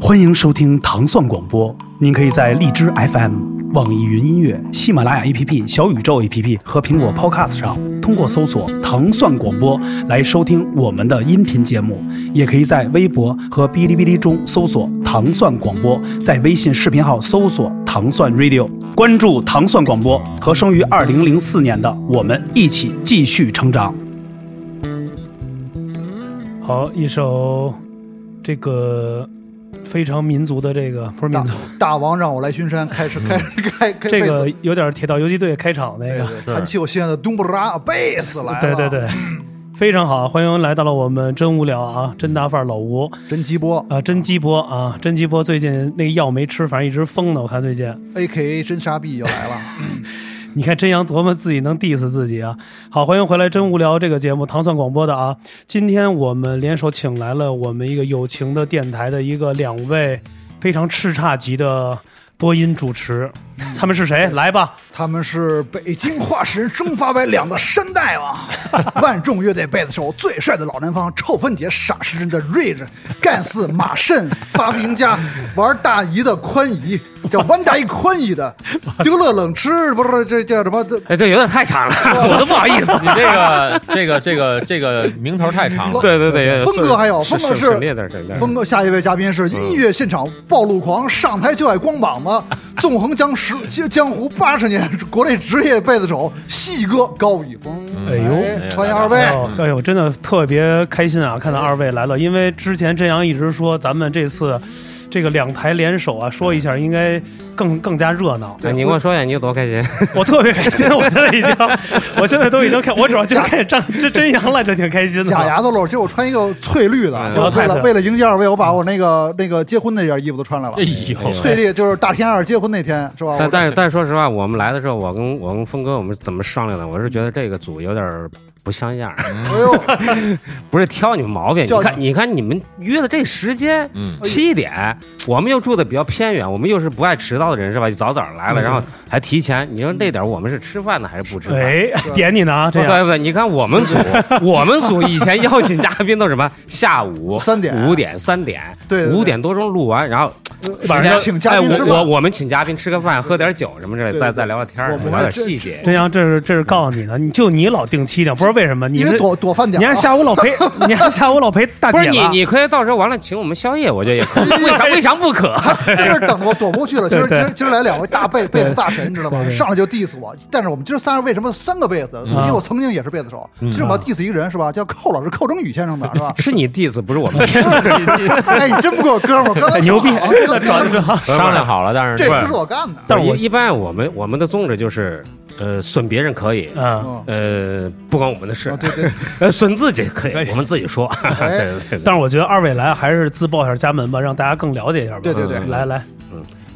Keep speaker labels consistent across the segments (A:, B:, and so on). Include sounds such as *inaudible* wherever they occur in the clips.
A: 欢迎收听糖蒜广播。您可以在荔枝 FM、网易云音乐、喜马拉雅 APP、小宇宙 APP 和苹果 Podcast 上，通过搜索“糖蒜广播”来收听我们的音频节目。也可以在微博和哔哩哔哩中搜索“糖蒜广播”，在微信视频号搜索“糖蒜 Radio”，关注“糖蒜广播”，和生于二零零四年的我们一起继续成长。好，一首这个非常民族的这个不是民
B: 大
A: 族，
B: 大王让我来巡山，开始开始开开
A: 嗯这
B: 贝
A: 个
B: 斯
A: 有点铁道游击队开场那
B: 对
A: 个，
B: 对弹起我心爱的东布拉贝斯来了，
A: 对对，对，非常好，欢迎来到了我们真无聊啊，真大范儿老吴
B: 真鸡波
A: 啊，真鸡波啊，真鸡波最近那个药没吃，反正一直疯呢，我看最近，
B: ，A K A 真傻逼又来了， *laughs*
A: 你看真阳多么自己能 diss 自己啊！好，欢迎回来，真无聊这个节目，糖蒜广播的啊。今天我们联手请来了我们一个友情的电台的一个两位非常叱咤级的播音主持，他们是谁？来吧，
B: 他们是北京化石中发白两个山大
A: *laughs*
B: 王，万众乐队贝斯手最帅的老南方，臭分解傻诗人的睿智，干似马肾发明家，玩大姨的宽姨，叫玩大姨宽
A: *laughs*
B: 姨的，丢了冷吃不是这叫什么？这
C: 哎，这有点太长了， *laughs* 我都不好意思。
D: *laughs* 你这个这个这个这个名头太长了，
C: 对对对，
B: 峰哥还有
C: 是
B: 峰哥
C: 是
B: 是
C: 省略点，省略点
B: 峰哥，下一位嘉宾是音乐现场暴露狂，上台就爱光膀子，纵横江十江江湖八十年，国内职业贝斯手细哥高以峰。
A: 哎呦
B: 欢迎二位
A: 哎！呦，
C: 嗯
A: 哎呦，真的特别开心啊！看到二位来了，因为之前振阳一直说咱们这次这个两台联手啊，说一下应该更更加热
C: *laughs*
A: 闹。
C: 哎你跟我说一下，你有多开心？
A: 我特别开心，我现在已经，我现在都已经开，我主要就开始张这真阳了，就挺开心的。
B: 假牙都露，结果穿一个翠绿的，
C: 嗯
B: 就为
A: 太
B: 了
A: 对
B: 为了迎接二位，我把我那个那个结婚那件衣服都穿来了
D: 哎。呦，
B: 翠绿就是大天二结婚那天是吧？
C: *laughs*
B: 哦
C: 但
B: 我
C: 但是但是说实话，我们来的时候，我跟我跟峰哥我们怎么商量的？我是觉得这个组有点不像样，
B: 哎呦，
C: 不是挑你们毛病。
B: 叫哎
C: 你看你看你们约的这时间。
D: 嗯，
C: 七点，我们又住的比较偏远，我们又是不爱迟到的人，是吧？就早早来
B: 嗯
C: 了，然后还提前。你说那点儿我们是吃饭呢，还是不吃饭？
A: 哎，点你呢啊，这
C: 不
A: 样
C: 对不对，你看我 *laughs* 们组，我们组以前邀请嘉宾都是什么？下午
B: 三点
C: 五点、三点、
B: 对对对
C: 五点多钟录完，然后
A: 晚上
C: 时间
B: 请嘉宾
C: 哎
B: 吃
C: 我我
B: 饭。
C: 我们请嘉宾吃个饭，喝点酒什么之类
B: 对对
C: 的，再
B: 对
C: 再聊聊天儿
B: 我们
C: 聊点
B: 这
C: 细节。
A: 真阳这是这是告诉你呢，你就你老定期的，不知道为什么，你
B: 因为
A: 是
B: 躲躲饭点
A: 你
B: 儿啊，
A: 还下午老
B: *laughs*
A: 陪，你还下午老陪大姐
C: 不是你
A: 了，
C: 你可以到时候完了请我们宵夜，我觉得也可 *laughs* 以，为啥为啥不可？
B: 在这儿等着我躲不过去了。今儿今
A: 对对
B: 儿今儿来两位大贝贝斯大神，你知道吗？
A: 对对
B: 上来就 diss 我，但是我们今儿仨人为什么三个贝斯？因为我曾经也是贝斯手。今儿我们要 diss 一个人是吧？叫寇老师，寇征宇先生的是吧
C: *laughs* ？是你弟子，不是我 *laughs* 们弟子。
B: 哎，你真不给我哥们儿，刚才
A: 哎牛逼，
B: 说好了啊
A: 那找就好。
D: 商量好了，但是
B: 这不是我干的。
A: 但是我
C: 一一般我们我们的宗旨就是，呃，损别人可以，
A: 嗯，
B: 嗯，
C: 呃，不关我们的事
B: 啊，对哎对，
C: 呃，损自己可以，我们自己说。对 *laughs* 对对。
A: 但是我觉得二位来还是自报一下家门吧，让大家更了解一下吧。
B: 对对对
A: 嗯来来，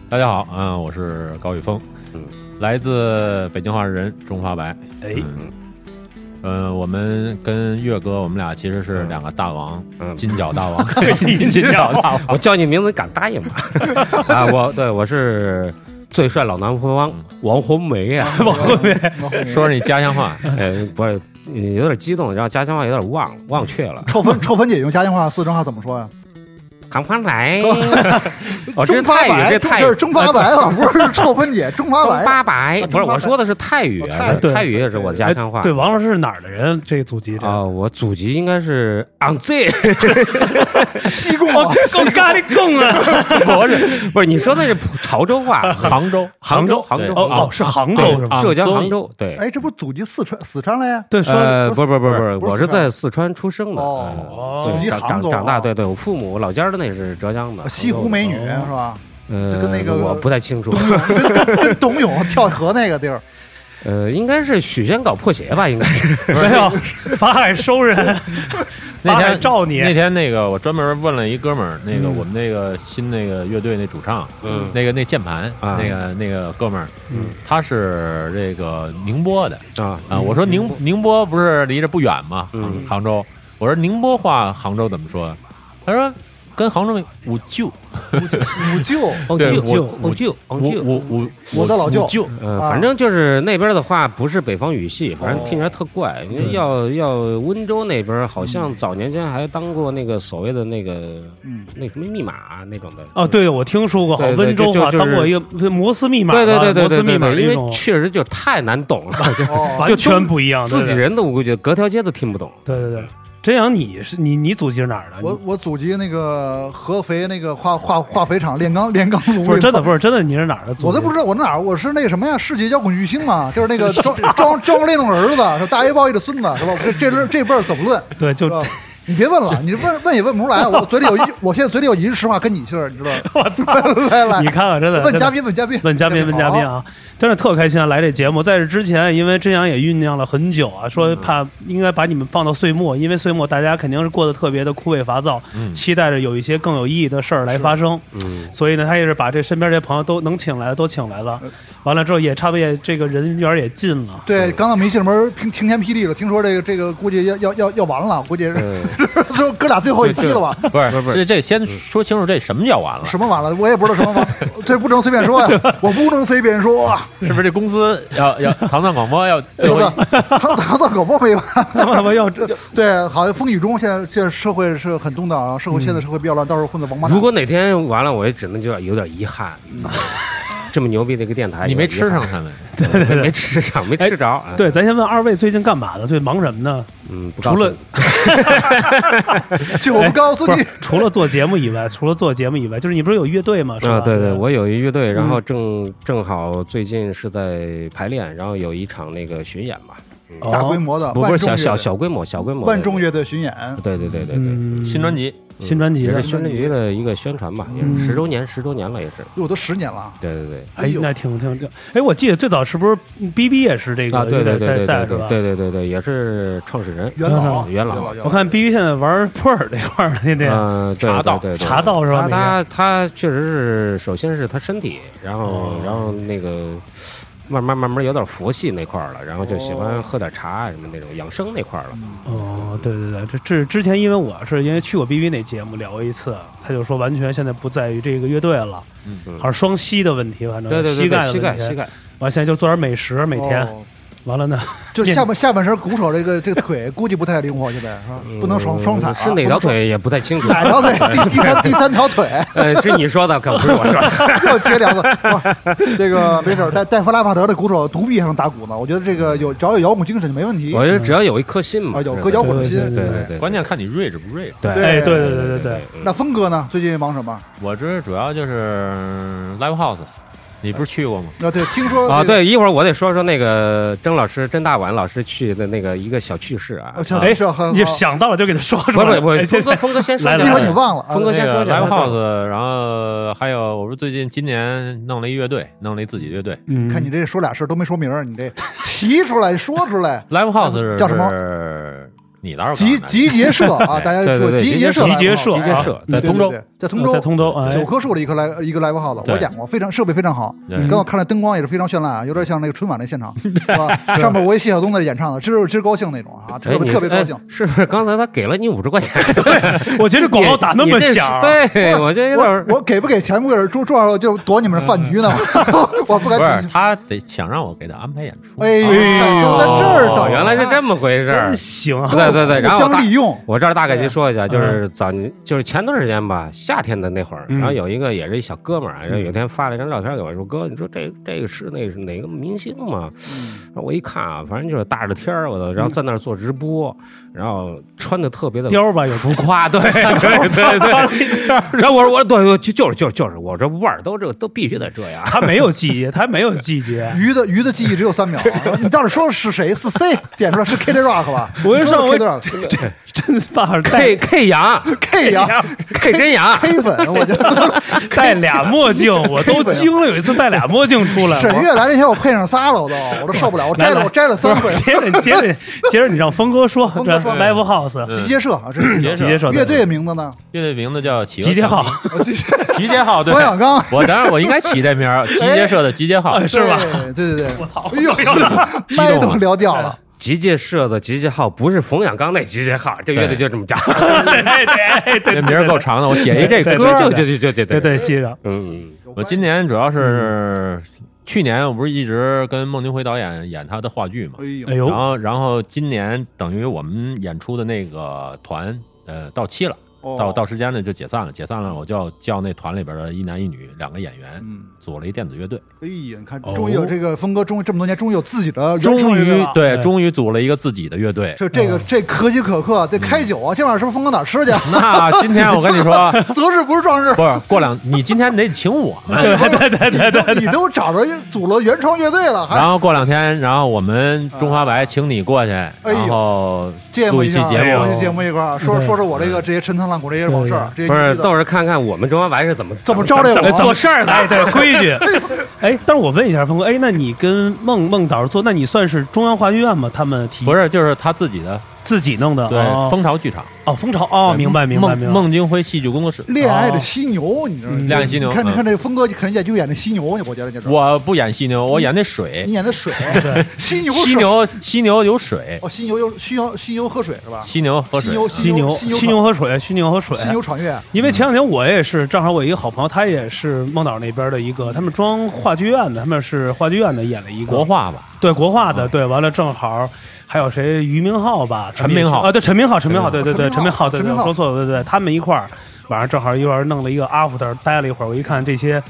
D: 大家好，嗯，我是高宇峰，
C: 嗯，
D: 来自北京话事人中华白，
A: 哎，
D: 嗯，呃，我们跟岳哥，我们俩其实是两个大王，
C: 嗯
D: 金角
C: *laughs*
D: 大王，
A: 你讲话
C: 我叫你名字，你敢答应吗？ *laughs* 啊，我对我是最帅老南方王红梅啊， *laughs*
B: 往后面，往后面
D: 说说你家乡话，
C: 呃，不是，有点激动，然后家乡话有点忘了，忘却了，
B: *laughs* 臭芬臭芬姐用家乡话、四川话怎么说呀？
C: 赶快
B: *laughs*
C: 来！哦，这是
B: 中发
C: 泰语，
B: 白，
C: 这泰语
B: 是中发白了，不是臭芬姐，中发
C: 中
B: 白。
C: 八白
B: 啊，
C: 不是
B: 中八白
C: 我说的是泰语
B: 哦，泰
C: 啊
B: 语
A: 对
C: 泰语也是我家乡话。
A: 哎对，王老师是哪儿的人？这个祖籍这
C: 啊，我祖籍应该是昂 Z，
B: 西贡
A: *laughs* 哦
C: *laughs*
B: 啊，，
A: 够咖喱贡啊！
C: 不是不是，你说那是普潮州
A: *laughs*
C: 话，
D: 杭州，
C: 杭州杭
D: 对
C: 州啊
A: 哦哦，是杭州是吧？
D: 啊
C: 浙江
D: 州
C: 杭州对。
B: 哎，这不祖籍四川四川了呀？
A: 对，说
C: 呃，不是不是不是不是，
B: 不是
C: 我是在四川出生的。
B: 哦
C: 呃
A: 祖
C: 对
B: 籍
C: 长
B: 杭
C: 长
B: 州
C: 长大，
B: 啊
C: 对对，我父母老家儿的那是浙江的。啊
B: 西湖美女
A: 哦
B: 是吧？
C: 呃，
B: 就跟那个
C: 我不太清楚，
B: 跟董永跳河那个地
A: *laughs*
B: 儿，
C: 呃，应该是许仙搞破鞋吧，应该是。
A: 没有法海收人，
D: 那
A: 法海
D: 天
A: 罩
D: 那
A: 你。
D: 天那个我专门问了一哥们儿，那个
A: 嗯
D: 我们那个新那个乐队那主唱，
C: 嗯
D: 那个那键盘，
C: 啊
D: 那个那个哥们儿，
A: 嗯
D: 他是这个宁波的
C: *laughs* 啊
D: 啊，我说宁宁波不是离着不远吗？
C: 嗯
D: 杭州，我说宁波话杭州怎么说？他说。跟杭州那五舅，
B: 五舅，
C: 哦
D: 对
C: 舅
D: 我
C: 舅哦舅
D: 我
C: 哦舅，
D: 我我
B: 我的老舅
D: 五舅，
C: 嗯，
B: 啊
C: 反正就是那边的话不是北方语系，反正听起来特怪。因为要要温州那边好像早年间还当过那个所谓的那个
A: *laughs*
B: 嗯，
C: 那什么密码啊那种的。
A: 哦，对，我听说过，好
C: 对对
A: 温州
C: 就
A: 话
C: 就
A: 当过一
C: 是
A: 个摩斯密码吧，
C: 对对对对对
A: 摩斯密
C: 对
A: 码
C: 对，因
A: 那
C: 为
A: 种
C: 确实就太难懂了，
B: 哦，
A: 完全不一样，啊对
C: 自己。人都我估计隔条街都听不懂。
A: 对对对对，真阳，你是你你祖籍是哪儿的？
B: 我我祖籍那个合肥那个化化化肥厂炼钢炼钢炉，
A: 你不是真的，不是真的，你是哪儿的祖籍？
B: 我都不知道我那哪儿，我是那什么呀，世界摇滚巨星
A: *laughs*
B: 嘛，就是那个庄庄庄那种儿子，是 *laughs* 大一鲍一的孙子，是吧？这这轮这辈儿怎么论？
A: 对，就是
B: 吧？你别问了，你问问也问不出来。
A: *laughs*
B: 我嘴里有一，我现在嘴里有一句实话跟你姓儿，你知道吗？
A: 我操！
B: *laughs* 来来
A: 你，看看，真的
B: 问
A: 真的
B: 嘉宾，问嘉
A: *laughs*
B: 宾，
A: 问嘉宾，问嘉宾
B: 好！
A: 啊！真的特开心啊，来这节目。在这之前，因为真阳也酝酿了很久啊，说怕应该把你们放到岁末，因为岁末大家肯定是过得特别的枯萎乏躁，期待着有一些更有意义的事儿来发生。
C: 嗯，
A: 所以呢，他嗯也是把这身边这些朋友都能请来的都请来了，完了之后也差不多也这个人缘也尽了。
C: 嗯
B: 对，刚才没进门，听晴天霹雳了。听说这个这个估计要要要要完了，估计是
C: 对
B: *laughs* 说哥俩最后一期了吧？
D: 不是
C: 不是
D: 这这先说清楚这什么叫完了，
B: 什么完了？我也不知道什么完，这不能随便说呀，我不能随便说啊，
D: 是不是这公司要要唐唐广播要最
B: 对
D: 后一
B: 吧？他他这可不没完。
A: 他妈要这
B: 对，好像风雨中，现在现在社会是很动荡啊，社会现在社会比较乱，到时候混的王八蛋。
C: 嗯如果哪天完了，我也只能就有点遗憾。 *laughs* 这么牛逼的一个电台，
D: 你没
C: 有点遗
D: 吃
C: 憾
D: 上
C: *laughs*
D: 他们，
C: 没吃上，没吃着。
A: *laughs*
C: 啊
A: 对，咱先问二位最近干嘛的？最近忙什么呢？
C: 嗯，不
A: 除
C: 告诉
A: 了
C: 你
B: 就
C: 哎
B: 我不告诉
A: 不
B: 你
A: 是，除了做节目以外，除了做节目以外，就是你不是有乐队吗？是吧？嗯
C: 啊，对对，我有一乐队，然后正正好最近是在排练，然后有一场那个巡演吧，
A: 哦
B: 大规模的
C: 不不
B: 啊万
C: 是
B: 众
C: 小
B: 乐
C: 小小规模，小规模的
B: 万众乐队巡演，
C: 对对对对对，
A: 嗯，
D: 新专辑
A: 新专辑
C: 也
A: 的
C: 是，宣传局的一个宣传吧，也是十周年，十周年了也是，
B: 哟，都十年了。
C: 对对对。
A: 哎，那挺挺，哎，我记得最早是不是 B B 也是这
C: 啊，
A: 个
C: 对
A: 乐队
C: 对
A: 在
C: 对对
A: 在
C: 对
A: 是吧？
C: 对对对对，也是创始人，
B: 元老，
C: 元老
B: 元
A: 我看 B B 现在玩普洱这块儿的那那
C: 嗯，对
D: 茶道
C: 对对对
A: 茶道是吧
C: 他他他确实是，首先是他身体，然后
A: 哦
C: 然后那个慢慢慢慢有点佛系那块儿了，然后就喜欢喝点茶啊什么那种养生那块儿了。
A: 哦，对对对，这这之前因为我是因为去过 B B 那节目聊过一次，他就说完全现在不在于这个乐队了，
C: 嗯
A: 好像双膝的问题，反正
C: 对对对
A: 膝盖的
C: 对，膝
A: 问
C: 盖
A: 题，啊
C: 膝盖，
A: 完现在就做点美食，每天、
B: 哦
A: 完了呢，
B: 就下半下半身鼓手这个这个腿估计不太灵活，现在是吧？不能双双哎踩啊，
C: 嗯呃是哪条腿也不太清楚
B: *laughs* 不。能双？哪条腿？第第三第三条腿
C: 呃，是你说的，可不是我说
B: *laughs*
C: 的。
B: 又接梁子。不是这个没事儿，戴戴夫拉帕德的鼓手独臂还能打鼓呢。我觉得这个有只要有摇滚精神就没问题
C: 我觉得只要有一颗心嘛
B: 啊，，有
C: 对
B: 搁摇滚的
A: 对
B: 心
A: 对。
C: 对对对，
D: 关键看你睿智不睿智。
C: 对
B: 对
A: 哎，对对对对对
C: 对，
B: 那峰哥呢？最近忙什么？
D: 我这主要就是 live house，你不是去过吗？
B: 啊，对，听说
C: 啊，
B: 这个，
C: 对，一会儿我得说说那个甄老师、甄大碗老师去的那个一个小趣事啊。
B: 我想
A: 哎
B: 呃是很，
A: 你
B: 好
A: 想到了就给他说出
C: 不
A: 来，
C: 不不，
A: 哎
C: 峰
A: 现
C: 哥，
A: 在
C: 峰哥先说
A: 来了
C: 这个。
B: 一
A: 来
B: 会儿你忘了啊
C: 峰哥
D: 那
C: 先说
D: 个
C: 一下
D: live
C: 他到
D: house，然后还有我不是最近今年弄了一乐队，弄了一自己乐队。
A: 嗯，
B: 看你这说俩事儿都没说明儿，你这提出来说出来，
D: live house 是
B: 叫什么
D: 是你到时候
B: 集
D: 告诉
B: 集结社啊，
D: 对
B: 大家
C: 哎对
B: 说
C: 对对
B: 集结社，
A: 集结社
B: 来
C: 集结社
D: 啊
B: 对
D: 在
B: 对
D: 通州
B: 对，在通州，
A: 在通州，哎
B: 九棵树的一棵来一个 live house，
D: 对
B: 我讲过，非常设备非常好，
D: 对
B: 刚我看了灯光也是非常绚烂，啊，有点像那个春晚那现
C: *laughs*
B: 场，是吧？上面我一谢晓东在演唱的，真是真高兴那种啊，
C: 哎
B: 特别
C: 你
B: 特别高
C: 哎
B: 兴。
C: 是不是刚才他给了你五十块
A: *laughs*
C: 钱？
A: 我觉得广告打那么
C: 你这是
A: 响，
C: 对我觉得有点
B: 我
C: 儿。
B: 我给不给钱不给人，重重要就躲你们的饭局呢，
C: 嗯
B: *laughs* 我不敢
D: 你不是
B: 请。
D: 他得想让我给他安排演出，啊
B: 哎呦，
A: 哎
B: 都
A: 呦
B: 在这儿
C: 哦
B: 等，
C: 原来是
B: *laughs*
C: 这么回事儿
A: 真。行啊，
C: 对对对，然后
B: 互
C: 大
B: 相利用。
C: 我这儿大概就说一下，就是
B: 嗯
C: 早年，就是前段时间吧，夏天的那会儿，
A: 嗯
C: 然后有一个也是一小哥们儿啊，
B: 嗯
C: 然后有一天发了一张照片给我，说哥，你说这这个是那是哪个明星吗？然后我一看啊，反正就是大热天儿，我都，然后在那儿做直播，然后穿的特别的
A: 貂儿啊
C: *laughs*
A: 吧有
C: 浮夸，对对对对。然后我说我说对对，就就是就是就是，我这腕儿都这都必须得这
A: *laughs*
C: 样。
A: 他没有季节，他没有季节。
B: 鱼的鱼的记忆只有三秒啊，你到底说的是谁？是 C 点出来是 K D Rock 吧？
A: 我跟
B: *laughs* 你
A: 你
B: 说
A: 说，
B: 的
A: 我
B: K D
A: 这
B: Rock
C: *laughs*
A: 这真把戴
C: K K 羊
B: K 呀
C: K 真羊，
B: K 粉，我觉得
A: 戴俩墨镜，我都惊了。有一次戴俩墨镜出来，
B: 沈
A: 我
B: 月来那天我配上仨了，我都我都
D: *laughs*
B: 受不了，我摘
A: 来
B: 了
A: 来
B: 我摘了三回。
A: 接着接着接着，你让峰哥说，
B: 峰
A: 这
B: 哥说
A: Live
D: 呃
A: House
B: 集结社啊，这是
D: 集结
A: 集结社
B: 乐队名字
D: *laughs*
B: 呢？
D: 乐队名字叫企鹅
A: 集结号
D: 小
B: 啊集结
D: 弟，集结号对
B: 冯。小
D: *laughs*
B: 刚
D: 我当然我应该起这
B: *laughs*
D: 名
B: 哎
D: 儿，集结社的集结号
A: 哎，是吧？ *laughs*
B: 对对对对，
A: 我操！
B: *laughs* 哎呦，麦都聊掉了。
C: 集结社的集结号不是冯小刚那集结号，这乐队就这么叫。
A: 对对
D: 这名儿够长的，我写一这
A: 对
D: 歌
A: 对
D: 儿
A: 对
C: 就
D: 的。
C: 就就就就
A: 对
C: 对，
A: 对，记着，
C: 嗯，
D: 我今年主要是
B: 嗯
D: 去年我不是一直跟孟京辉导演演他的话剧嘛
B: 哎，呦
A: 哎，
D: 然
A: 呦，
D: 后然后今年等于我们演出的那个团呃到期了，
B: 哦
D: 到到时间了就解散了，解散了我就要叫那团里边的一男一女两个演员
B: 嗯，
D: 组了一电子乐队，
B: 哎呀，你看，
A: 哦
B: 终于有这个峰哥，终于这么多年，终于有自己的原创
D: 终
B: 乐队啊
D: 于
B: 了。
D: 对
A: 哎
D: 嗯终于组了一个自己的乐队。
B: 就这个这可喜可贺，得开酒啊！今 *laughs* 晚是不是峰哥哪儿吃去？
D: 那今天我跟你
A: *laughs*
D: 说，
B: 择日不是
D: *laughs*
B: 撞日，
D: 不是过两你今天得请我们，
B: 你都你都找着一组了原创乐队了，还
D: 然后过两天，然后我们中华
A: 啊
D: 白请你过去，
A: 哎
D: 然后
B: 节目
D: 录
B: 一
D: 一期
B: 下，哎
D: 节
B: 录一
D: 目。
B: 期节目一块儿说
A: 对
B: 说说我这个这些陈仓烂谷这些往事儿，这些
C: 不是，
B: 遇到
C: 到时候看看我们中华白是怎么
B: 怎么招这
C: 怎么
B: 我
C: 做事儿的。
A: 哎，对规矩。 *laughs* 哎，但是我问一下峰哥，哎，那你跟孟孟导做，那你算是中央话剧院吗？他们提
D: 不是，就是他自己的
A: 自己弄的，
D: 对
A: 哦
D: 蜂巢剧场
A: 哦，蜂巢哦，明白明白
D: 孟
A: 明白。
D: 孟京辉戏剧工作室，
B: 恋爱的犀牛，你知道吗？
A: 嗯
D: 亮犀牛
B: 你看，你看
D: 哦嗯
B: 这峰哥，肯定就演那犀牛，我觉得你知道吗
D: 我不演犀
A: 嗯
D: 牛，我演那水
B: 你，演的
D: *laughs*
B: 水， *laughs* 犀牛
D: 犀
B: 水
D: 牛犀牛有水，
B: 哦，犀牛又犀牛犀牛喝水是吧？
D: 犀牛喝
B: 犀
D: 水
B: 牛，
A: 犀牛，
B: 犀牛
A: 犀牛和水，犀牛和水。
B: 犀牛穿越，
A: 因
D: 嗯
A: 为前两天我也是，正好我一个好朋友，他也是孟导那边的一个，他们装话剧院的，他们是话剧院的，演了一个
D: 国画吧，
A: 对国画的，
D: 啊
A: 对，完了正好还有谁，俞明浩吧，
D: 陈明昊
A: 啊，对，陈明昊，陈明昊，对
B: 陈
A: 对对，陈
B: 明
A: 明
B: 昊
A: 昊，对
B: 陈
A: 对，
B: 明昊
A: 说错了，对对，他们一块儿晚上正好一块儿弄了一个 after，待了一会儿，我一看这些，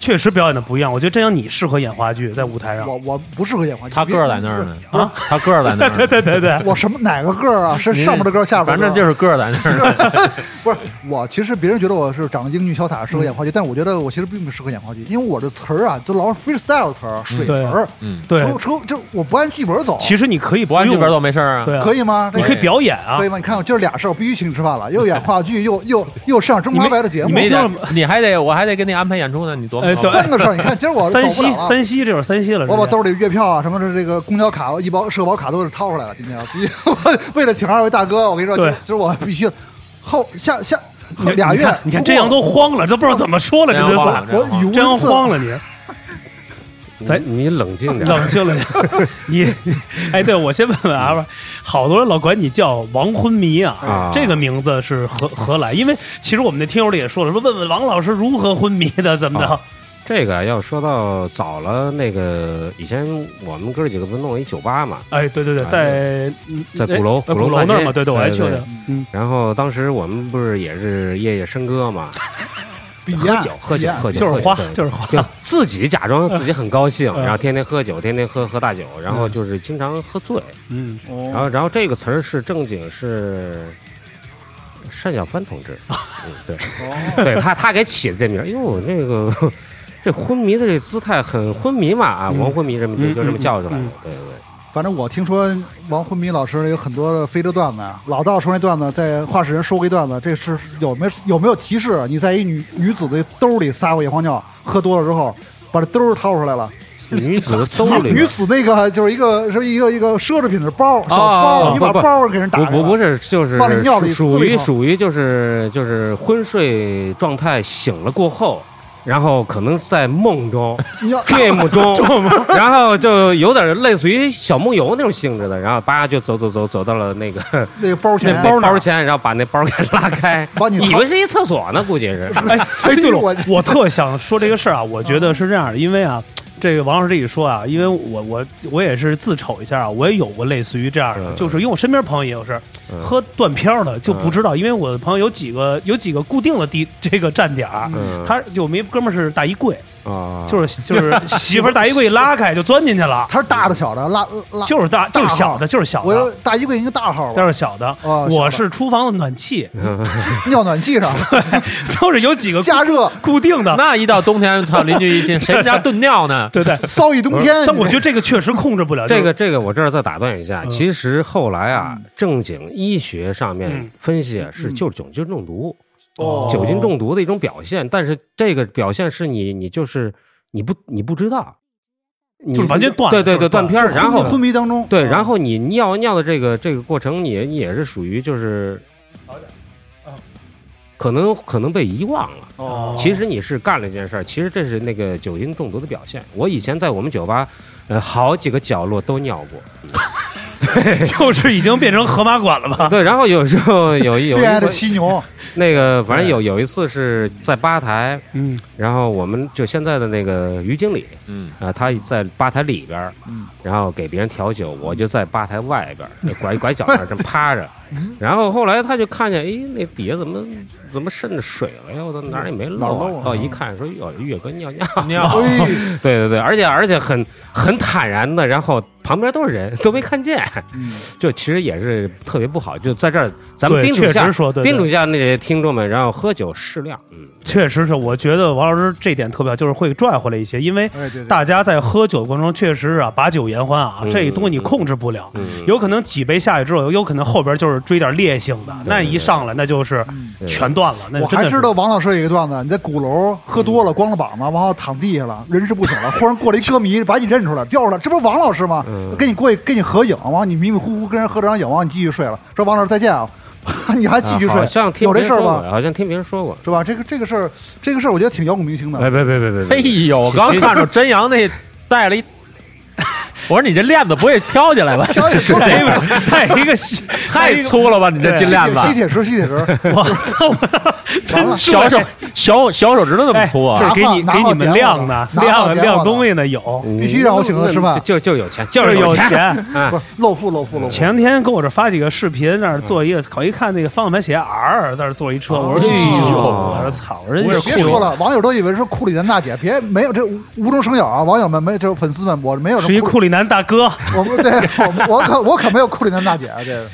A: 确实表演的不一样，我觉得真阳你适合演话剧，在舞台上，
B: 我我不适合演话剧，
D: 他个儿在那儿呢啊，他个儿在那儿呢，
A: 对对对对，
B: 我什么哪个个儿啊？是上面的个儿，下边
D: 反
B: 的个儿
D: 正就是个儿在那儿
A: *laughs*
D: 呢。
B: 不是我，其实别人觉得我是长得英俊潇洒，适合演话剧，但我觉得我其实并不适合演话剧，因为我的词儿啊，都老是 freestyle 词儿、水词儿，
D: 嗯，
A: 对，
B: 出出就我不按剧本走，
A: 其实你可以
D: 不
A: 不
D: 按剧
A: 用
D: 本走没事儿啊。
A: 对啊，
B: 可以吗？
A: 你
B: 这
A: 可以表演啊
B: 可以，吗？你看我今儿俩事儿，我必须请你吃饭了，又演话剧，又又又上中
A: 你
B: 华
A: 没
B: 白的节
A: 你
B: 目，
D: 没
A: 没
D: 得
A: 听，
D: 你还得，我还得给你安排演出呢，你多
A: 哎
D: 么
A: 对
B: 三个事儿。你看今儿我走
A: 山
B: 不
A: 西
B: 了了。
A: 山西这会儿山西了，
B: 我把
A: 直接
B: 兜里月票啊，什么的这个公交卡、医保社保卡都是掏出来了。今天逼 *laughs* 我为了请二位大哥，我跟你说，
A: 对
B: 就就是我必须后下下
A: 你看
B: 俩
A: 你
B: 月
A: 看，你看
B: 不
A: 这样
B: 过
A: 都慌了，都不知道怎么说了，
D: 这
A: 这
D: 样
A: 都
D: 慌
A: *laughs*
D: 了
B: 我语无
A: 这样
B: 伦次
A: 慌了你。咱
C: 你你冷静点儿，
A: 冷静了，你你哎，对我先问问啊，好多人老管你叫王昏迷啊，
C: 啊
A: 这个名字是何何来？因为其实我们的听友里也说了，说问问王老师如何昏迷的，怎么着？
C: 啊这个要说到早了，那个以前我们哥几个不是弄了一酒吧嘛，
A: 哎，对对对，在
C: 在鼓楼
A: 哎呃
C: 鼓楼
A: 鼓楼那儿嘛，
C: 大街
A: 对对，我还去
C: 对
A: 了
C: 对，然后当时我们不是也是夜夜笙歌嘛，
B: 比
C: 喝
B: 亚
C: 酒喝
B: 比
C: 酒
B: 亚
C: 喝酒，
A: 就是花
C: 喝，酒
A: 就是花，
C: 就自己假装自己很高兴，
A: 嗯
C: 然后天天喝酒，天天喝喝大酒，然后就是经常喝醉，
A: 嗯，
B: 哦
C: 然后然后这个词儿是正经是单小帆同志，嗯，对，对他他给起的这名儿，因为我那个这昏迷的这姿态很昏迷嘛啊，
A: 嗯
C: 王昏迷这么就
A: 嗯
C: 就这
A: 嗯
C: 么叫出来的
A: 嗯，
C: 对对对，
B: *laughs* 反正我听说王昏迷老师有很多的非洲段子啊，老道说那段子，在话事人说过一段子，这是有没有没有提示？你在一女女子的兜里撒过野荒尿，喝多了之后把这兜儿掏出来了，
C: 女子兜
B: *laughs*
C: 里
B: 女子那个就是一个是一个一个奢侈品的包小包，
C: 哦
B: 你把
C: 不不
B: 包给人打
C: 不
B: 开
C: 不
B: 了，
C: 不是，就是
B: 往里尿里
C: 属属
B: 呲一
C: 于
B: 泡
C: 属于就是就是昏睡状态醒了过后，然后可能在梦中
B: 你要
C: dream 中，然后就有点类似于小梦游那种性质的，然后叭就走走走走到了那个
B: 那个包
C: 那
B: 前
C: 包包前，然后把那包给拉开
A: *laughs*
B: 把，你
C: 以
B: 掏
C: 为是一厕所呢，估计是。
B: *laughs*
A: 哎哎，对了
B: 我， *laughs* 嗯
A: 我特想说这个事儿啊，我觉得是这样的，因为啊，这个王老师这一说啊，因为我我我也是自瞅一下啊，我也有过类似于这样的，
C: 嗯
A: 就是因为我身边朋友也有事儿
C: 嗯
A: *laughs* 喝断片儿的就不知道，因为我的朋友有几个有几个固定的地这个站点儿。啊
C: 嗯
A: 他有没哥们儿是大衣柜，
C: 啊，
A: 就是就是媳妇儿大衣柜一拉开就钻进去了，
B: 它是 *laughs* 大的小的，拉拉，
A: 就是大就是小的，就是小
B: 我有
A: 的，
B: 大衣柜应该大号
A: 但
B: 吧，
A: 是小的。
B: 哦
A: 我
B: 小
A: 是厨房的暖气， *laughs*
B: 尿暖气上
A: 就是
B: *laughs*
A: 有几个
B: 加热
A: 固定的，
D: *laughs* 那一到冬天，操，邻居一听，谁们家炖尿呢？
A: 对对。
B: 骚一冬天。
A: 但我觉得这个确实控制不
B: *laughs*
A: 了
C: 这个这个，我这儿再打断一下。
A: 嗯
C: 其实后来啊，正经医学上
A: 嗯
C: 面分析啊是就是酒精中毒，
B: 哦
C: 酒精中毒的一种表现，但是这个表现是你你就是你不你不知道，你
A: 就是完全断了
C: 对对
A: 就是
C: 对，
A: 断
C: 断
A: 了
C: 片儿，然后
B: 昏昏迷当中，
C: 对，然后你尿尿的这个这个过程，你也你也是属于就是
A: 啊，
C: 可能可能被遗忘了。
B: 哦，
C: 其实你是干了一件事儿，其实这是那个酒精中毒的表现。我以前在我们酒吧，呃，好几个角落都尿过， *laughs*
A: 就是已经变成河马馆了吧？
C: 对，然后有时候有一有
B: 啊
C: 一
B: 恋爱的嗯
C: 回
B: 犀牛，
C: 那个，反正有有一次是在吧台，
A: 嗯
C: 然后我们就现在的那个于经理
D: 嗯，
C: 啊、他在吧台里边儿，
B: 嗯
C: 然后给别人调酒，我就在吧台外边儿就拐拐角那儿这么
B: *laughs*
C: 趴着，
B: 嗯
C: 然后后来他就看见，哎，那底下怎么怎么渗着水了呀？我到哪儿也没
B: 哪儿
C: 漏、
B: 漏
C: 啊
B: 了，
C: 到一看说哟，岳哥尿尿，
A: 嗯
D: 尿
B: 哎，
C: 对对对，而且而且很很坦然的，然后旁边都是人都没看见，
B: 嗯
C: 就其实也是特别不好，就在这儿 *laughs* 咱们
A: 对
C: 叮嘱一
A: 确
C: 下
A: 实，说对对
C: 叮嘱一下那些听众们，然后喝酒适量，嗯，
A: 确实是，我觉得王老师这点特别好，就是会拽回来一些，因为
B: 哎对对，
A: 大家在喝酒的过程中，确实是啊，把酒言欢啊，
C: 嗯
A: 这东西你控制不了，
C: 嗯
A: 有可能几杯下去之后，有可能后边就是追点烈性的，那一上来那就是全断了，那
B: 我
A: 真
B: 还
A: 的是嗯
B: 知道王老师有一个段子，你在鼓楼喝多了，光了膀子，然后躺地下了，人事不省了，忽然过来一歌迷，把你认出来，调出来，这不是王老师吗？
A: 嗯
B: 跟你过去跟你合影，完你迷迷糊糊跟人合张影，完你继续睡了，说王老师再见啊， *laughs* 啪你还继续睡
C: 啊好，像听
B: 有
C: 别
B: 这
C: 人
B: 事儿
C: 说
B: 吗？
C: 过，好像听别人说过。
B: 是吧？这个这个事儿，这个事儿我觉得挺摇滚明星的。
C: 哎，别别别别
D: 哎
C: 别！
D: 呦，我刚看着真阳那带了一， *laughs* 我说你这链子不会飘起来吧？
B: 飘
A: *laughs*
B: 起来
A: 哎
D: 这
A: *laughs* 太
D: 个
A: 一
C: *laughs*
A: 个细
D: 太粗了吧？你这
A: 对
D: 金链
B: 吸
D: 子，
B: 铁石，吸铁石，
A: *laughs*
B: *laughs*
A: 我操！真是哎
D: 小手小小手指头那么粗
A: 这是
D: 啊！
A: 给你
B: 拿
A: 给
B: 好
A: 你们晾的，
B: 拿好
A: 晾
B: 点我
A: 晾
B: 的
A: 东西呢，有
C: 嗯
B: 必须让我请他吃饭
C: 就就就有钱，
A: 就
C: 就是
A: 有
C: 钱。
A: 钱。
B: 不是露富，露富，露富。
A: 前天给我这发几个视频，那儿做一个，我一看那个方向盘写 R，在那儿坐一车，我说
D: 哎呦
A: 我说操，人
D: 我也
B: 别说了，网友都以为是库里南大姐，别没有这无无中生有啊！网友们没这粉丝们，我没有什
A: 是一
B: 么库，
A: 库里南大哥。
B: *laughs* 我不对，我我可我可没有库里南大姐啊！这个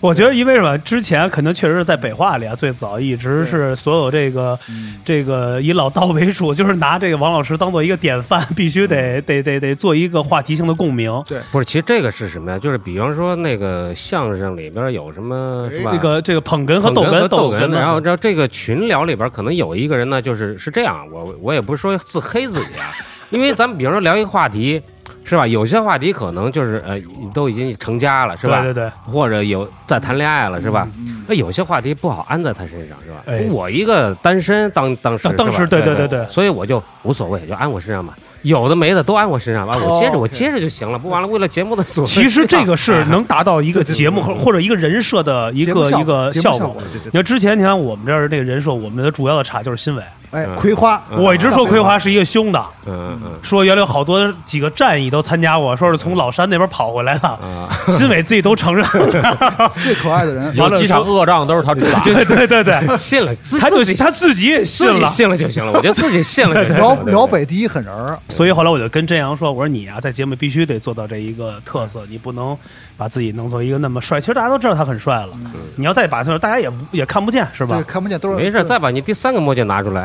A: 我觉得因为什么？之前可能确实是在北化里啊，最早一直是所有这个这个以老道为主，就是拿这个王老师当做一个典范，必须得得得得做一个话题性的共鸣。
C: 不是，其实这个是什么呀？就是比方说那个相声里边有什么是吧？
A: 这个这个捧哏和
C: 捧
A: 逗
C: 哏
A: 哏，
C: 和逗
A: 嘛
C: 哏，然后然后这个群聊里边可能有一个人呢，就是是这样，我我也不是说自黑自己啊，因为咱们比方说聊一个话题。是吧？有些话题可能就是呃，都已经成家了，是吧？
A: 对对对嗯
C: 或者有在谈恋爱了，是吧？那、有些话题不好安在他身上，是吧？
A: 哎
C: 我一个单身，当当时
A: 当当
C: 是吧
A: 时对对
C: 对
A: 对对
C: 所以我就无所谓，就安我身上吧。有的没的都安我身上吧，我接着、我接着就行了。不完了，为了节目的所
A: 其实这
C: *laughs*
A: 个是
C: 哎
A: 能达到一个节目或或者一个人设的一
B: 节目
A: 个
B: 效
A: 一个
B: 节目
A: 效
B: 效
A: 果
B: 果。对对
A: 你
B: 对
A: 看之前，你看我们这儿这个人设，我们的主要的差就是新闻。
B: 哎，葵花，
A: 嗯
B: 啊
A: 我一直说葵花是一个凶的，
C: 嗯嗯
A: 说原来有好多几个战役都参加过，说是从老山那边跑回来的。
C: 啊，
A: *laughs* 新伟自己都承认
C: 嗯
A: 了，
B: *laughs* 最可爱的
A: *laughs*
B: 人，
D: 有几场恶仗都是他主打，
A: 对对对对，
C: 信了，嗯自
A: 他就
C: 自己
A: 他自己也信
C: 自己
A: 了。
C: 信了就行了，我觉得自己信了
B: *laughs*
C: 就行
B: 辽
C: 了。
B: 辽北第一狠人儿，
A: 所以后来我就跟真阳说：“我说你啊，在节目必须得做到这一个特色，你不能把自己弄成一个那么帅。其实大家都知道他很帅
C: 嗯
A: 了，你要再把这大家也不也看不见，是吧
B: 对，？看不见都是
C: 没事，再把你第三个墨镜拿出来。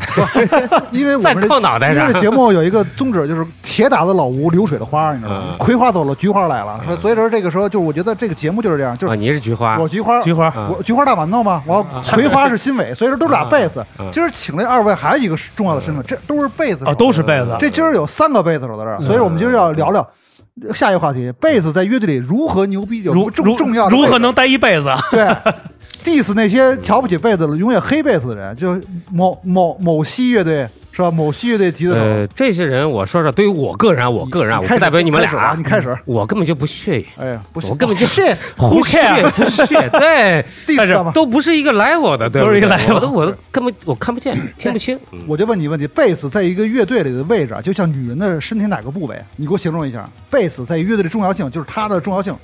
B: 因为我
C: *laughs* 再
B: 们这
C: 扣脑袋
B: 因
C: 上
B: 为这节目有一个宗旨，就是铁打的老吴，流水的花儿，你知道吗
C: 嗯？
B: 葵花走了，菊花来了，
A: 嗯
B: 所以所以说这个时候就是我觉得这个节目就是这样，就
C: 啊，
B: 是
C: 你是菊花啊
B: 我，菊花，
A: 菊花嗯
B: 我菊花大馒头嘛，然后葵花是新伟，所以说都是俩贝斯。今儿请这二位还有一个重要的身份，这都是贝斯手
A: 啊，嗯都是被子。
B: 这今儿有三个贝斯手在这儿，所以我们今儿要聊聊下一个话题：贝斯在乐队里如何牛逼，有什
A: 如
B: 么重
A: 如
B: 重要的贝斯
A: 如何能待一辈子啊？
B: 对 *laughs* diss 那些瞧不起贝斯的、永远黑贝斯的人，就某某某西乐队是吧？某西乐队吉他手，
C: 呃，这些人我说说，对于我个人啊，我个人啊，
B: 你
C: 我
B: 开始
C: 不代表你们俩啊，
B: 你开始啊你开始
C: 我根本就不
B: *laughs*
C: 屑于。
B: 哎呀，不行，
C: *laughs* 我根本就
B: 这
A: Who
C: 不屑
A: care？
C: 不屑，
B: *laughs*
C: 对，
A: 但是
B: diss 他嘛。
C: 都不是一个 level 的，对不
A: 都是一
C: 对
A: 个 level
C: 我都我都根本我看不见，
B: *clears throat*
C: 听不清。嗯
B: 哎我就问你问题：贝斯在一个乐队里的位置，啊，就像女人的身体哪个部位？啊你给我形容一下。贝斯在乐队的重要性，就是它的重要性。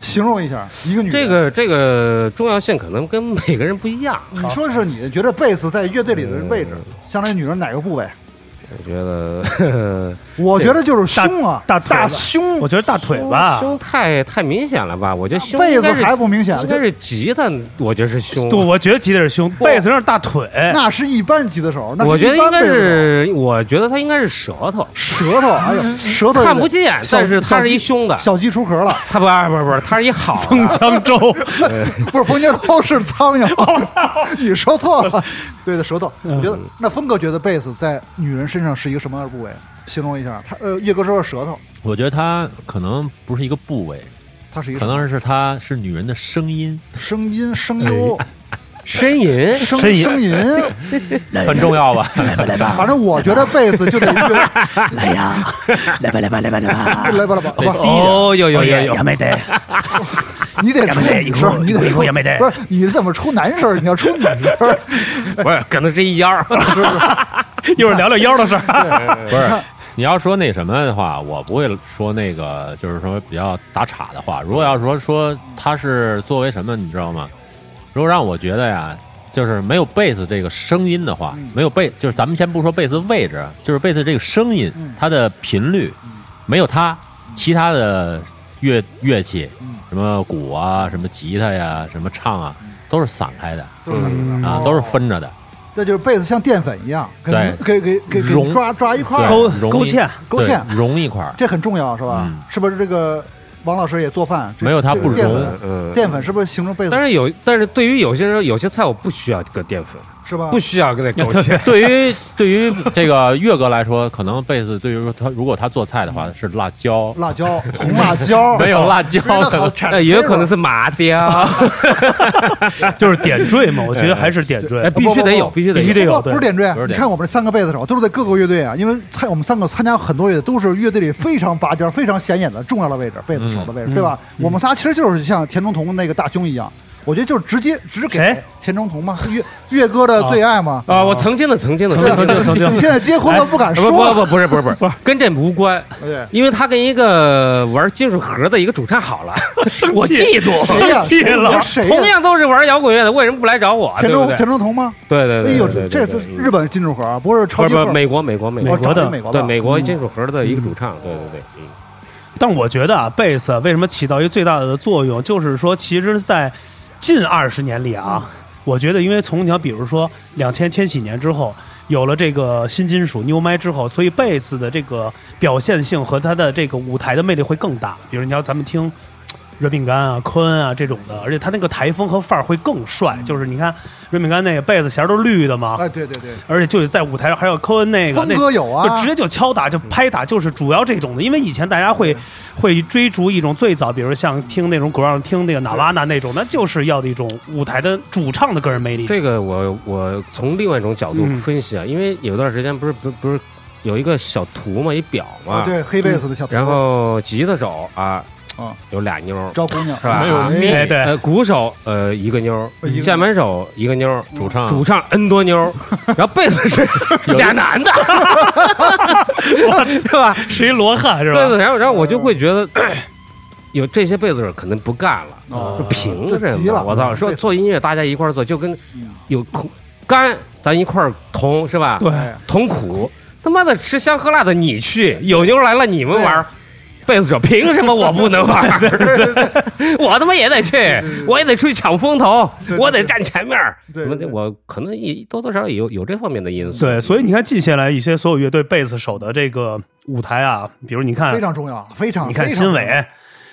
B: 形容一下一个女人。
C: 这个这个重要性可能跟每个人不一样，
B: 你说说你觉得贝斯在乐队里的位置，
A: 嗯
B: 像那女人哪个部位？
C: 我觉
B: *laughs*
C: 得呵呵
B: 我觉得就是胸啊，
A: 大
B: 大
A: 大腿子
B: 胸
A: 我。觉得大腿
B: *laughs*
A: 吧，
C: 胸太太明显了吧？我觉得胸
B: 贝
C: 应
B: 斯
C: 该是
B: 还不明显，
C: 应
B: 就
C: 该是吉他，我觉得是胸。
A: 对，我觉得吉他是胸，
C: 哦
A: 贝斯上是大腿。
B: 那是一般吉他手，那
C: 我
B: 是
C: 觉得
B: 一般
C: 应该
B: 贝斯手
C: 是，我觉得他应该是舌头，
B: 舌头，哎呦，舌头有
C: 看不
B: 点
C: 见，
B: 小
C: 但是他是一胸的，
B: 小鸡出壳了， *laughs*
C: 他不不是不是，他是一好的
A: 碰枪周，
B: 不是冯杰涛是苍
A: *laughs*
B: 蝇，我操，你说错了，对的，舌头。
A: 嗯
B: 我觉得那峰哥觉得贝斯在女人身上是一个什么样的部位？形容一下，他呃，岳哥说是舌头，
D: 我觉得他可能不是一个部位，
B: 它是一个
D: 可能是他是女人的声音，
B: 声音声优，
C: *laughs* 呻吟，
B: 声
A: 呻吟
B: 声音，
D: 很重要吧？
E: 来吧来吧，
B: 反正我觉得贝斯就得越来
E: 来呀，来吧来 *laughs* 吧来吧来吧，
B: 哎吧来吧，
D: 哎
B: 不是
A: 哦，有
B: 哎
A: 有
E: 哦
A: 有
E: 耶
A: 有
E: 杨，梅得，
B: 你
D: 哎
B: 得出
E: 也没得
B: 女声儿，你得
E: 以
B: 出
E: 后也没得
B: 不是你怎么出男声儿？你要出女声儿，
C: 不是可能是一
B: *laughs*
C: 腰，
A: 一会儿聊聊腰的事
C: *laughs*
A: 儿。
D: 不是，你要说那什么的话，我不会说那个，就是说比较打岔的话。如果要说说他是作为什么，你知道吗？如果让我觉得呀，就是没有贝斯这个声音的话，没有贝，就是咱们先不说贝斯位置，就是贝斯这个声音，它的频率，没有它，其他的乐乐器，什么鼓啊，什么吉他呀，什么唱啊，都是散开的
B: 都是男声儿
D: 啊，都是分着的。
B: 这就是贝斯像淀粉一样，给给给给给
D: 融
B: 抓抓一块
D: 对
B: 儿，
A: 勾
D: 容易
A: 勾芡
B: 勾
D: 对
B: 芡
D: 融一块儿，
B: 这很重要是吧
D: 嗯？
B: 是不是这个王老师也做饭？这
D: 没有它
B: 这个
D: 不
B: 淀
D: 融
B: 粉
C: 嗯
B: 淀粉是不是形成贝斯
C: 但是有，但是对于有些人，有些菜我不需要搁淀粉，
B: 是吧？
C: 不需要搁那勾
B: *laughs*
C: 芡
D: *laughs* 。对于对于这个岳哥来说，可能贝斯对于说他如果他做菜的话是辣椒，
B: 辣椒，红辣椒
D: 没有辣椒
B: 不是嗯哦那
D: 可
B: 好
D: 能
B: 产
C: 那也有可能是麻
B: *laughs*
C: 椒，
B: 啊
A: 就是点缀嘛，我觉得还是点缀。
C: 哎，必须得有，必须得
A: 必须得
C: 有。
A: 有
B: 不不是点缀啊
D: 不，是点
B: 你看我们这三个贝斯手都是在各个乐队啊，因为参我们三个参加很多乐队，都是乐队里非常拔尖、非常显眼的重要的位置，贝斯手的位
C: 嗯
B: 置，对吧？我们仨其实就是像田中彤那个大胸一样，我觉得就是直接只给
A: 谁
B: 田中彤嘛，岳岳哥的最爱嘛。
C: 啊，我曾经的，曾经的，呃
A: 曾经曾经曾经
B: 你现在结婚了不敢
C: 不啊哎不
B: 说，哎
C: 不，不是不是不是，跟这无关，
B: 对，
C: 因为他跟一个玩金属盒的一个主唱好
B: *laughs*
C: 了，我嫉妒。
B: 谁呀？
A: 生气了
B: 谁
C: 同
B: 呀？
C: 样都是玩摇滚乐的，为什么不来找我？
B: 田
C: 对不
B: 中
C: 对
B: 田？中彤吗？
C: 对对
B: 哎
C: 对，
B: 呦，
C: 对对
B: 这
C: 对
B: 是
C: 对
B: 日本金属盒啊，不是
C: 不
B: 超
C: 是
B: 级
C: 不是
B: 盒，
C: 美国美国美
B: 哦
C: 国
A: 国
B: 找
A: 的
B: 美国
C: 对
B: 的
C: 美国金属盒的一个主唱，对对对，嗯
A: 但我觉得啊，贝斯为什么起到一个最大的作用，就是说，其实，在近二十年里啊，我觉得，因为从你要比如说两千千禧年之后，有了这个新金属 New m 之后，所以贝斯的这个表现性和它的这个舞台的魅力会更大。比如你要咱们听。热饼干啊、科恩啊这种的，而且他那个台风和范儿会更帅。就是你看热饼干那个贝斯弦儿都是绿的嘛，
B: 哎，对对对，
A: 而且就是在舞台上，还有科恩那个
B: 峰哥有啊
A: 那就直接就敲打就拍打，就是主要这种的。因为以前大家会会追逐一种最早，比如像听那种 ground 听那个纳瓦纳那种，那就是要的一种舞台的主唱的个人魅力。
C: 这个我我从另外一种角度
A: 嗯
C: 分析啊，因为有段时间不是不是不是有一个小图嘛，一表嘛嗯
B: 啊，，对黑贝斯的小头，
C: 然后吉他手啊
B: 啊
C: 有俩妞儿，
B: 招姑娘
C: 是吧
D: 没有
B: 哎
D: 密
A: 哎，对，
C: 呃，鼓手呃一个妞
B: 哦一
C: 儿，
B: 个嗯
C: 键盘手一个妞儿，
D: 主唱
C: 主唱 N 多妞儿，然后贝
B: *laughs*
C: 斯是俩男的， *laughs* 对吧？
A: 是一罗汉是吧？
C: 对对，然后然后我就会觉
A: *clears throat*
C: 得。有这些贝斯手可能不干了，
B: 哦
C: 就凭
B: 就
C: 什
B: 急
C: 么？
B: 了嗯
C: 我操！说
B: 贝斯
C: 做音乐大家一块儿做，就跟
B: 嗯
C: 有苦甘咱一块儿同是吧？
A: 对
B: 哎
C: 同苦，他妈的吃香喝辣的你去，有妞来了你们玩儿，贝斯手凭什么我不能玩儿？ *laughs* 我他妈也得去，我也得出去抢风头
B: 对，
C: 我得站前面儿。
B: 对
C: 什么
B: 对
C: 的，我可能也多多少少有有这方面的因素。
A: 对，所以你看，近些来一些所有乐队贝斯手的这个舞台啊，比如你看
B: 非，常重要，非常
A: 你看
B: 非常
A: 新
B: 重要
A: 伟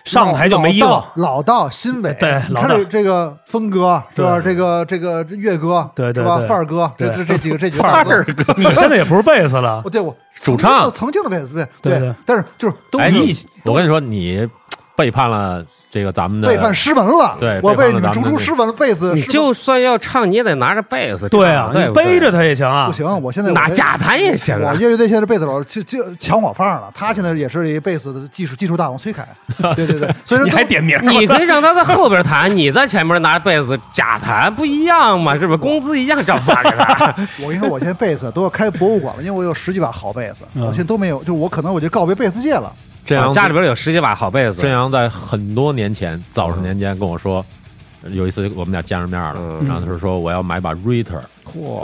A: 上台就没衣服，
B: 老道老道新伟，
A: 对
B: 你
A: 老
B: 看
A: 道
B: 这这个峰哥是吧？这个这个岳哥，
A: 对对
B: 是吧？
A: 对
B: 范儿哥，这
A: 对
B: 这这几个这几个范儿哥，
A: 你现在也不是贝斯了
B: 我。对
A: *laughs*
B: 我
D: 主唱
B: 曾经的位置，对
A: 对对，
B: 但是就是都
D: 哎，
B: 已
D: 你我跟你说，你背叛了这个咱们的
B: 背叛师门了，
D: 对
B: 我被
D: 背叛
B: 你
D: 了
B: 们
D: 咱
B: 逐
D: 们
B: 出
D: 的
B: 师门了，贝斯
C: 你
B: 师门
C: 就算要唱，你也得拿着贝斯。
A: 对啊，
C: 对
A: 你
C: 不对
A: 背着他也行啊
B: 不。行，我现在
C: 拿
B: 我这
C: 假弹也行
B: 我
C: 啊。
B: 乐队现在贝斯手就就抢我范儿了，他现在也是一贝斯的技术技术大王崔凯，对对对，所以说
A: *laughs* 你还
B: 都
A: 点名儿？
C: 你可以让他在后边弹，你在前面拿着贝斯假弹，不一样嘛？是不是？工资一样照发给他。
B: 我跟你说，我现在贝斯都要开博物馆了，因为我有十几把好贝斯，
A: 嗯
B: 我现在都没有，就我可能我就告别贝斯界了。
D: *laughs* 这
C: 我
D: 样
C: 家里边有十几把好贝斯
D: 真，阳在很多年前，早上年间跟我说，有一次我们俩见着面了，
C: 嗯
D: 然后他就说我要买把 Ritter，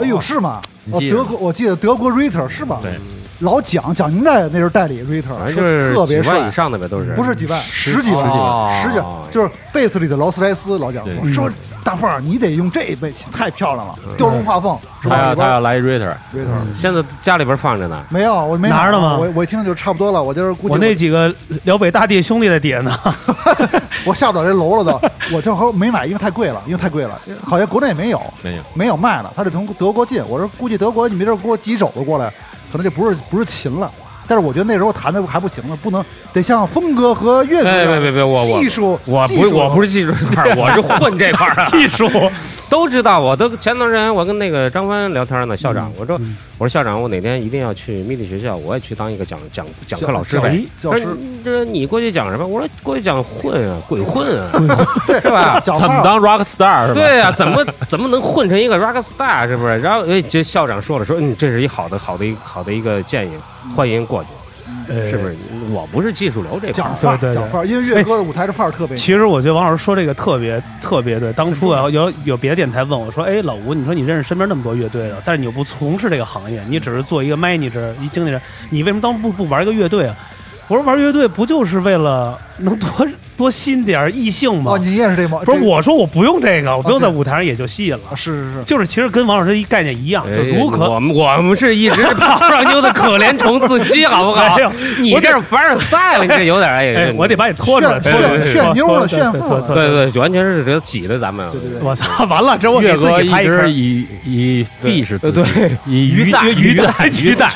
B: 哎呦，是吗？哦，
D: 你记得
B: 德国，我记得德国 Ritter 是吧？
D: 对，
B: 老蒋蒋宁代那时候代理
C: 反
B: Ritter，
C: 正就是
B: 特别
C: 几万
B: 帅
C: 以，上的呗，都是
B: 不是几万，十几
D: 十几
B: 万，
C: 万
B: 十几万，就是贝斯里的劳斯莱斯。老蒋说
D: 对
B: 说，大范儿，你得用这一贝斯，太漂亮了，雕龙画凤，是
D: 他
B: 吧？
D: 要
B: 里
D: 他
B: 边
D: 要来 Ritter，
B: Ritter
C: 现在家里边放着呢。
B: 没有，我没
A: 拿着了吗
B: 我我一听就差不多了，我就是估计
A: 我那几个辽北大地兄弟在底下呢。。
B: 我下不了这楼了都，我正好没买，因为太贵了，因为太贵了，好像国内没有，
D: 没有
B: 没有卖了，他得从德国进。我说估计德国你没准给我急肘子过来，可能就不是不是琴了，但是我觉得那时候弹的还不行呢，不能得像峰哥和岳哥一
C: 别
B: 样
C: 哎别别别，我我
B: 技术，
C: 我
B: 技
C: 不
B: 术
C: 是我不是技术这块儿，我是混这块儿
B: *laughs*
C: 啊
A: 技术，
C: 都知道，我都前段时间我跟那个张帆聊天呢，校长，我说
A: 嗯
C: 我说校长，我哪天一定要去密地学校，我也去当一个讲讲讲课老师
B: 小
C: 呗。
B: 小
C: 他
B: 小
C: 说
B: 师
C: 你这你过去讲什么？我说过去讲混啊，鬼
B: *laughs*
C: 混啊，是吧？
B: 小
D: 怎么
B: 胖
D: 当 rock star 是吧？
C: 对呀、啊怎么 *laughs* 怎么能混成一个 rock star 是不是？然后哎，这校长说了，说嗯，这是一好的好的一个好的一个建议，欢迎过去，是不
A: 呃
C: 是？我不是技术流这块儿
B: 讲，范
A: 对
B: 儿
A: 对对
B: 讲范儿，因为
C: 哎
B: 岳哥的舞台的范儿特别
A: 其实我觉得王老师说这个特别特别对。当初啊，有有别的电台问我说：“哎，老吴，你说你认识身边那么多乐队的，但是你又不从事这个行业，你只是做一个 manager 一经纪人，你为什么当不不玩一个乐队啊？”我说：“玩乐队不就是为了能多多吸引点异性吗
B: 哦，？你也是这吗？
A: 不是，
B: 这
A: 我说我不用这个，我不用在
B: 对
A: 舞台上也就吸引
B: 啊
A: 了。
B: 是是是，
A: 就是其实跟王老师一概念一样，就如
C: 哎
A: 可
C: 我们我们是一直是泡泡妞的可怜虫自居，好不好
A: 没有？
C: 你
A: 我得
C: 这是凡尔赛了，你这有点
A: 哎
C: 哎，，
A: 我得把你拖出来，
B: 炫
A: 拖出来
B: 炫炫妞了
A: 对对
B: 炫
A: 对
B: 富了
A: 对对对
C: 对对，完全是这挤的咱们。
B: 对对对，
A: 我操，完了，这我给
D: 岳
A: 自
D: 哥
A: 己
D: 一
A: 拍一
D: 直
A: 坑
D: 以以 fish 自
C: 对
D: 居，以
A: 鱼蛋
D: 鱼
A: 鱼蛋
D: 蛋
A: 鱼蛋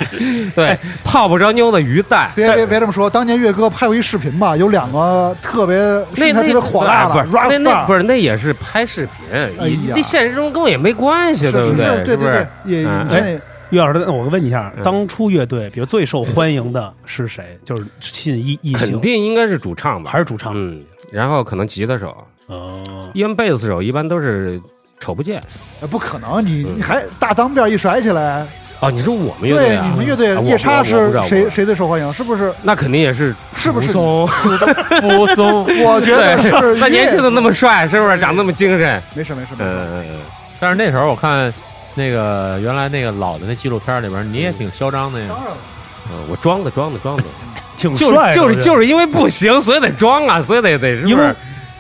C: 对，泡不着妞的鱼蛋，
B: 别别别这么说，当年岳哥拍过一视频吧，有两个特别
C: 那
B: 身材
C: 那哎
B: 特别火辣
C: 不
B: 的
C: 是那那
B: rockstar，
C: 不是那也是拍视频，
B: 哎
C: 你
B: 呀
C: 那现实中跟我也没关系，
B: 是
C: 对不
B: 是是，对
C: 是不
B: 对
C: 是？，
B: 也
C: 嗯
B: 以前
A: 岳老师，那我问你一下，
C: 嗯
A: 当初乐队，比如最受欢迎的是谁？就是吸引异异性
C: 肯，定应该是主唱吧
A: 还，是主唱？
C: 嗯，然后可能吉他手，
A: 哦，
C: 因为贝斯手一般都是瞅不见。
B: 也呃不可能，你你还大脏辫一甩起来，
C: 哦，你说我们乐队
B: 对
C: 啊？
B: 你们乐队
C: 啊我
B: 夜叉
C: 我我
B: 是
C: 不知道
B: 谁
C: 我
B: 谁最受欢迎？是不是？
C: 那肯定也是
B: 是不是
C: 武松？
D: 不松。
B: 我觉得
C: *laughs*
B: 是
C: 那年轻
B: 的，
C: 的那么帅，是不是长那么精神？
B: 没事没事没事，
C: 嗯，嗯
D: 但是那时候我看那个原来那个老的那纪录片里边，你也挺嚣张的呀
B: 当。然了，
C: 嗯，我装的装的装的，
A: 挺
C: 就是
A: 帅的，，
C: 就是就是是因为不行，所以得装啊，所以得得是
A: 因
C: 不
A: 为
C: 是？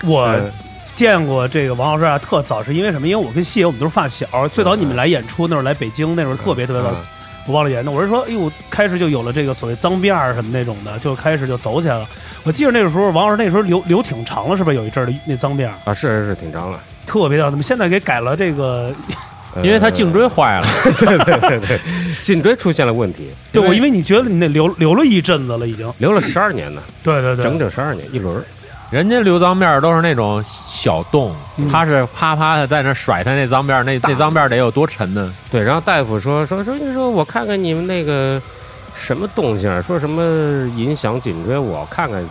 A: 我
C: 嗯
A: 见过这个王老师啊，特早是因为什么？因为我跟谢爷我们都是发小，最早你们来演出那会儿来北京，那会儿特别特别早，
C: 嗯
A: 我忘了演的。我是说，哎呦，开始就有了这个所谓脏辫儿什么那种的，就开始就走起来了。我记得那个时候，王老师那时候留留挺长了，是不是有一阵儿的那脏辫儿
C: 啊，是是是挺长了，
A: 特别的？怎么现在给改了这个？
C: 呃
D: 因为他颈，椎坏了，
C: *laughs* 对对对对，颈椎出现了问题，
A: 对我因为你觉得你那留留了一阵子了，已经。
C: 留了十二年呢，
A: 对对对，
C: 整整十二年一轮儿。
D: 人家留脏辫儿都是那种小洞，他是啪啪的在那甩他那脏辫儿，那那脏辫儿得有多沉呢？
C: 对，然后大夫说说说，你说我看看你们那个什么动静儿，说什么影响颈椎，我看看，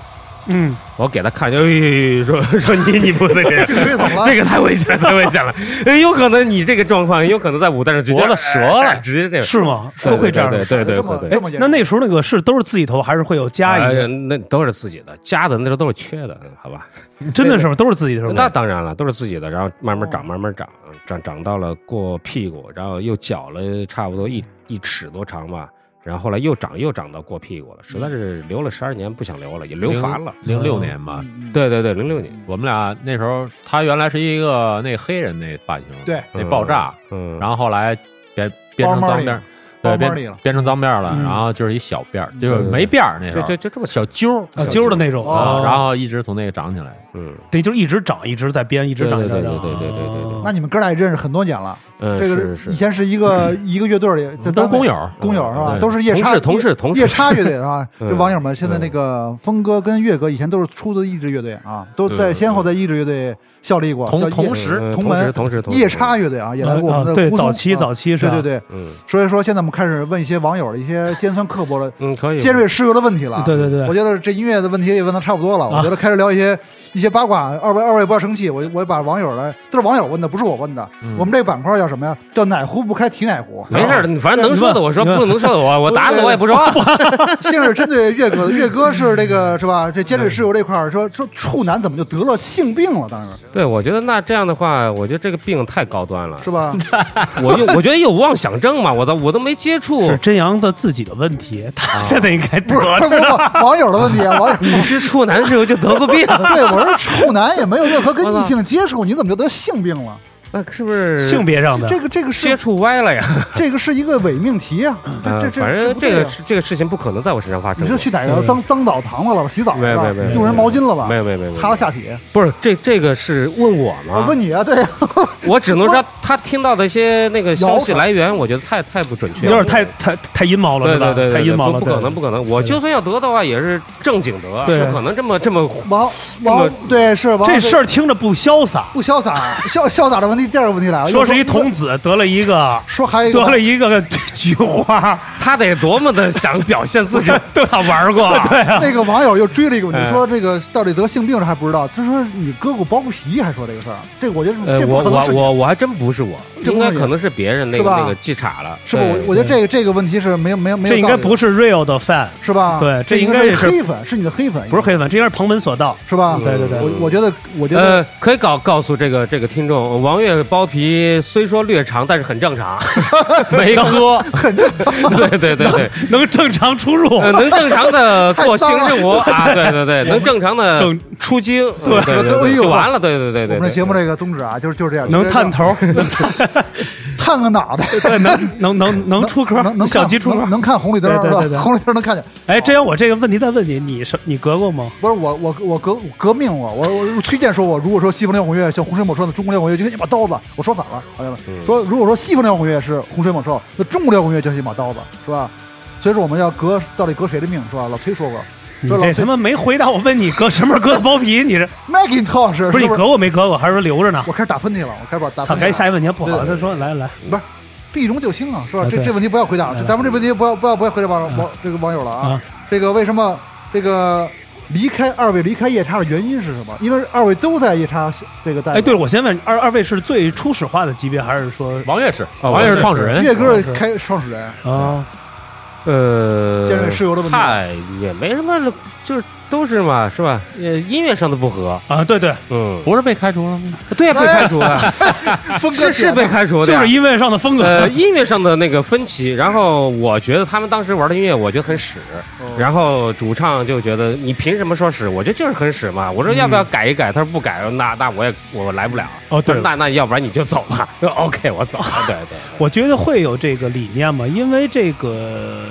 A: 嗯，
C: 我给他看，哎呦呦呦呦说说你你不那个
B: 颈椎怎么了
C: *laughs* 这？个太危险了，太危险了！哎有可能你这个状况，有可能在舞台上直接哎
D: 脖子折了
C: 直接这个
A: 是吗？
C: 对
A: 是会这样的
C: 对
A: 事。
C: 对对
B: 这么
C: 对对。
B: 哎这么严
A: 那
B: 重
A: 那时候那个是都是自己头，还是会有加一
C: 哎呀
A: 个？
C: 那都是自己的，加的那时候都是缺的，好吧？
A: 真的是吗？都是自己头吗？
C: 那当然了，都是自己的，然后慢
B: 哦
C: 慢长，慢慢长，长长到了过屁股，然后又绞了差不多一一尺多长吧，然后后来又长又长到过屁股了，实在是留了十二年不想留了，也留烦了。
D: 零六年吧，
B: 嗯嗯
C: 啊对对对，零六年，
D: 我们俩那时候，他原来是一个那黑人那发型，
B: 对
D: 那爆炸，
C: 嗯，
D: 然后后来变变成
B: 包
D: 脏
B: 里
D: 辫儿，
B: 包
D: 对，
B: 包里
D: 变
B: 了
D: 变成脏辫儿了，
A: 嗯
D: 然后就是一小辫儿，就是
C: 对对
D: 没辫儿那时
C: 就
D: 候，
C: 就就这么小，
D: 小揪儿
A: 啊，揪儿的那种
B: 哦
D: 啊，然后一直从那个长起来。
C: 嗯，
A: 对，就是一直长，一直在编，一直长，一直
C: 对对
A: 长。
C: 对对对对对对对
B: 那你们哥俩也认识很多年了，
C: 嗯
B: 这个
C: 是是嗯
B: 以前是一
C: *clears throat*
B: 个一个乐队里，在
D: 都
B: 单
D: 是
B: 位
D: 工友，
B: 工友是吧？
D: 对
B: 都是夜叉
C: 同事同事同事
B: 夜叉乐队
C: *laughs*
B: 啊！
C: 嗯
B: 这网友们现在那个峰哥跟岳哥以前都是出自一支乐队啊，都在
C: 嗯
B: 先后在一支乐队效力过，
D: 同
B: 哦叫夜
D: 同时
C: 嗯
B: 同
C: 同时
B: 门
C: 同时同时
B: 夜叉乐队啊，也来过我们
A: 啊
B: 的
A: 对
B: 胡松
A: 早期
B: 啊
A: 早期是
B: 对对
A: 吧
B: 对。
C: 嗯
B: 所以说现在我们开始问一些网友的一些尖酸刻薄的、
C: 嗯，可以
B: 尖锐湿疣的问题了啊。
A: 对对对
B: 我觉得这音乐的问题也问的差不多了，
A: 啊
B: 我觉得开始聊一些一些八卦，二位二位不要生气，我我把网友的都是网友问的，不是我问的。
A: 嗯
B: 我们这板块叫什么呀？叫哪壶不开提哪壶。
C: 没事儿，你反正能说的我说，
A: 你问
C: 不能说的我我打死我也不说。
B: 先是针对岳哥的，岳哥是这个是吧？这尖锐湿疣这块儿说说处男怎么就得了性病了？当时
C: 对，我觉得那这样的话，我觉得这个病太高端了
B: 是。吧？
C: 我有，我觉得有妄想症嘛，我都我都没接触
A: 是。真阳的自己的问题，
C: 哦
A: 他现在应该得
B: 不是
A: 了。
B: 我网友的问题啊，网友。 *laughs*
C: 你是处男时候就得过病？
A: *laughs*
B: 对，我是处男，也没有任何跟异性接触，你怎么就得性病了？
C: 那是不是
A: 性别上的
B: 这个这个
C: 接
B: 是
C: 触歪了呀？
B: 这个是一个伪命题啊，
A: 呃
B: 这这
C: 啊
B: 这
C: 反正
B: 不
C: 这
B: 对
C: 个
B: 啊
C: 事这个事情不可能在我身上发生
B: 你
C: 过。
B: 是去哪个
A: 嗯
B: 脏脏澡堂子了吧？洗澡
C: 没
B: 了
C: 有没
B: 吧
C: 有没有？
B: 用人毛巾了吧？
C: 没有没有没有，
B: 擦了下
A: 啊
B: 体。
C: 不是这这个是问我
B: 我
C: 吗？
B: 问你啊，对啊，
C: 我只能说他听到的一些那个消息
B: 谣传
C: 来源，我觉得太太不准确
A: 有
C: 了，
A: 点太太太阴谋了，
C: 对
A: 是吧
C: 对对对，
A: 太阴谋了，
C: 不不可
A: 对
C: 能不可能，我就算要得的话，也是正经得，啊
A: 对
C: 不可能这么这么
B: 王王对是王
A: 这事儿听着不潇洒。
B: 不潇洒，
A: *laughs*
B: 潇潇洒的问题。第二个问题来了，
A: 说是一
B: 啊又
A: 童子得了一个，
B: 说还有一
A: 得了
B: 个
A: 一个菊花，
C: 他得多么的想表现自己，
A: *laughs*
C: 他玩过，对啊，
B: 那个网友又追了一个问
C: 哎
B: 题，说这个到底得性病了还不知道，他说你割过包皮，还说这个事儿， *laughs* 这我觉得
C: 呃，
B: 这不
C: 我
B: 可能
C: 我
B: 是你。
C: 我我还真不是我，
B: 这
C: 应
B: 不
C: 该
B: 是你
C: 可能是别人那
B: 是
C: 个
B: 吧
C: 那个记岔了，
B: 是吧？
C: 对
B: 我我觉得这个这个问题是没有没有没有道
A: 哎这
B: 理
A: 应
B: 的，
A: 该不是 real 的 fan，
B: 是吧？
A: 对
B: 这
A: 这应
B: 应
A: 该
B: 是
A: 是
B: 黑粉，是你的黑粉，
A: 不是黑粉，这应该是旁门左道。
B: 是吧？
A: 对对对
B: 我我觉得我觉得
C: 呃，可以告告诉这个这个听众，呃王月包皮虽说略长，但是很
B: *laughs*
C: 正常，
D: 没喝，
C: 对对对对，
A: 能正常出入，
C: 呃，能正常的
B: 太
C: 做性
B: 脏了
C: 生活啊，对对对，能正常的
A: 正
C: 出京，对对
B: 哎
C: 对，
B: 呦
C: 就完了，对对对对。
B: 我们这
C: 对
B: 节目这个宗旨啊，就是就是这
C: 嗯
B: 样，
A: 能
B: 就是这
A: 探
B: 样
A: 头，
B: 探个
A: *laughs*
B: 脑袋，
A: 对，能能能能出科
B: 能，能
A: 小
B: 看
A: 鸡出
B: 能
A: 科。
B: 能看红绿灯
A: 对对
B: 是
A: 对对
B: 吧？红绿灯能看见。
A: 哎，这样我这个问题再问你，你是你隔过吗？
B: 不是我我我革革命我我我推荐说我如果说西方摇滚乐像洪水猛兽的中国摇滚乐就是一把刀子，我说反了，朋友们
C: 嗯
B: 说如果说西方摇滚乐是洪水猛兽，那中国摇滚乐就是一把刀子，是吧？所以说我们要革到底革谁的命是吧？老崔说过，
A: 你
B: 说老
A: 这
B: 崔
A: 他妈没回答我问你割什么时候割的包皮，你这
B: Macintosh 是
A: 不是你
B: 不
A: 隔过没隔过，还是说留着呢？
B: 我开始打喷嚏了，我开始把打
A: 操，
B: 喷
A: 赶紧
B: 嚏了。
A: 下一问题不好，
B: 对对
A: 他说来来，
B: 避重就轻啊，是吧
A: 啊？
B: 这
A: 对
B: 这问题不要回答，
A: 来来
B: 这咱们这问题不要不要不要回答网
A: 啊
B: 网这个网友了
A: 啊
B: 啊。这个为什么这个离开二位离开夜叉的原因是什么？因为二位都在夜叉这个待
A: 哎，
B: 着。
A: 对了，我先问你二二位是最初始化的级别，还是说
D: 王月是，
C: 哦
D: 啊王月
C: 我
D: 是
C: 是
D: 创始人，
B: 岳哥开创始人，
A: 啊？
C: 呃，
B: 这是室友的问题
C: 嗨，也没什么，就是都是嘛，是吧？呃，音乐上的不合，
A: 啊，对对，
C: 嗯，
D: 不是被开除了吗？
C: 对呀，被开除
B: 哎
C: 了，
B: 峰哥
C: 是是被开除的
A: 就
C: 呀，
A: 是音乐上的风 *laughs* 格
C: 呃，。音乐上的那个分歧，然后我觉得他们当时玩的音乐，我觉得很屎，
B: 哦
C: 然后主唱就觉得你凭什么说屎？我觉得就是很屎嘛。我说要不要改一改？他说不改，那那我也我来不了。
A: 哦，
C: 他
A: 对
C: 说
A: 了，
C: 那那要不然你就走吧。 *laughs* 我说 OK，我走了。对对对，
A: 我觉得会有这个理念嘛，因为这个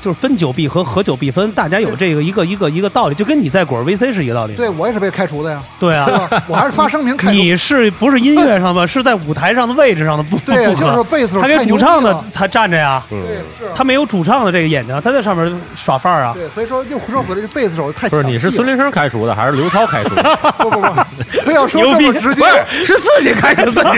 A: 就是分久必合，合久必分，大家有这个一个一个一个道理，就跟你在果儿 VC 是一个道理。
B: 对我也是被开除的呀，
A: 对
B: 对
A: 啊，
B: 吧？我还是发声明 *laughs* 开除。
A: *laughs* 你是不是音乐上的，是在舞台上的位置上的不不
B: 对呀，
A: 不
B: 就是
A: 合，
B: 贝斯手
A: 他
B: 太
A: 给
B: 牛
A: 主
B: 逼
A: 唱的
B: 了，
A: 才站着呀，
B: 对
C: 嗯，
B: 是，啊
A: 他没有主唱的这个眼睛，他在上面耍范
B: *laughs*
A: 儿啊。
B: 对，所以说又说回来，这贝斯手太
D: 不是，你是孙
B: 林，
D: 林生开除的，还是刘涛开
C: *laughs*
D: 除的？
B: 不不不，不要说
A: 牛
B: 这
A: 逼
B: 么直接，
C: 是自己开始
A: *laughs*
C: 自己，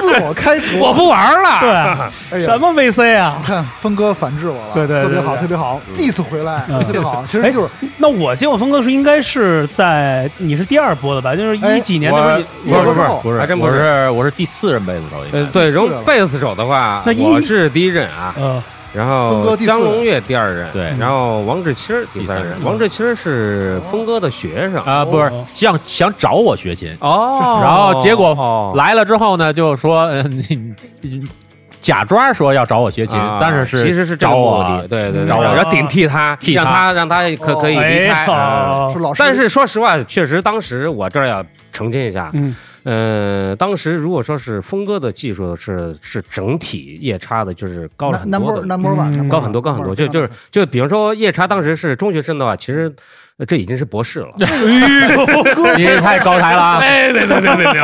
B: 自我开除。
C: 我不玩了。
A: 对啊，
B: 哎呀
A: *laughs* 什么 VC 啊？
B: 看峰哥反制我了，
A: 对对对
B: 特别
A: 对
B: 好，
A: 对
B: 特别好，第一次回来
A: 嗯
B: 特别好，其
A: 哎
B: 实就是
A: 那我接过峰哥是应该是在你是第二波的吧？就是
B: 哎
A: 一几年那时候
D: 我
A: 你，
D: 不是不是
B: 我
D: 不是，
C: 还真不
D: 我
C: 是
D: 是我是第四任被子手，应该
C: 呃
D: 哎是，
C: 对，然后
B: 是啊
C: 贝斯手的话
A: 那，一
C: 我是第一任啊，
A: 呃，
C: 然
B: 峰
C: 后
B: 哥第四
C: 张
B: 任
C: 龙岳第二任，
D: 对
C: 然后王志清儿第三
D: 第三
C: 任，
D: 任
C: 王志清儿是峰哥的学生
D: 啊，不是
A: 哦
D: 想想找我学琴，
C: 哦
D: 然后结果
C: 哦
D: 来了之后呢，就说呃你你假装说要找我学琴
C: 啊，
D: 但是是
C: 其实是这个
D: 找
C: 目
D: 我
C: 的，对对对，
A: 找我
C: 然后顶替他，
D: 替他
C: 让他让他可
B: 哦
C: 可以离开。啊
A: 哎
B: 呃是
A: 呦，
B: 老师，
C: 但是说实话，确实当时我这儿要澄清一下，
A: 嗯，
C: 呃，当时如果说是峰哥的技术是是整体夜叉的，就是高了很多
B: number
C: 的
B: number one
A: 嗯
C: 高很多，高很多，就就是就比如说夜叉当时是中学生的话，其实呃这已经是博士了。
D: *laughs* 你太高抬
C: *laughs*
D: 了啊！
C: 哎，没没没没没，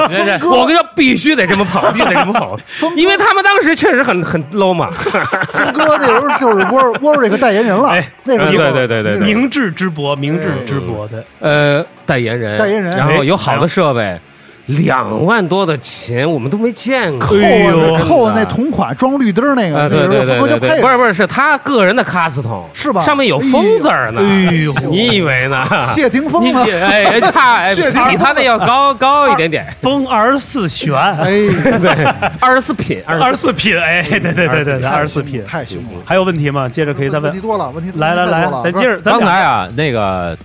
C: 我跟你说，必须得这么捧，必须得这么
B: *laughs*
C: 捧，因为他们当时确实很很 low 嘛。
B: 峰哥那时候就是 War War 这个代言人了
A: 哎，
B: 那时候
C: 对对对对对
A: 明智之博，明智之博对，
C: 呃，代言人，
B: 代言人
C: 然后有好的设备，两万多的琴我们都没见过。
B: 扣
A: 哎呦
B: 那扣那同款装绿灯那
A: 啊
C: 呃，
B: 个，
C: 对对
B: 那时
C: 对
B: 候峰哥
C: 对
B: 就配
C: 对，不是不是，是他个人的 custom，
B: 是吧
C: 上面有风字儿呢。
A: 哎呦，
C: 你以为呢？
B: 谢霆锋
C: 你
B: 啊，
C: 哎哎，差哎
B: 谢霆锋
C: 比他那要高高一点点，
A: 风二十四旋，
B: 哎，
A: *laughs*
C: 对，二十四品，
A: 二
C: 十
A: 十四品，哎，对对对对对，二十四品。
B: 太凶了，
A: 还有问题吗？接着可以再
B: 问
A: 问
B: 题。多了，问题
A: 来来
B: 问题太
A: 来
B: 多，了
A: 咱接，着，咱
D: 刚
A: 俩
D: 才啊，那个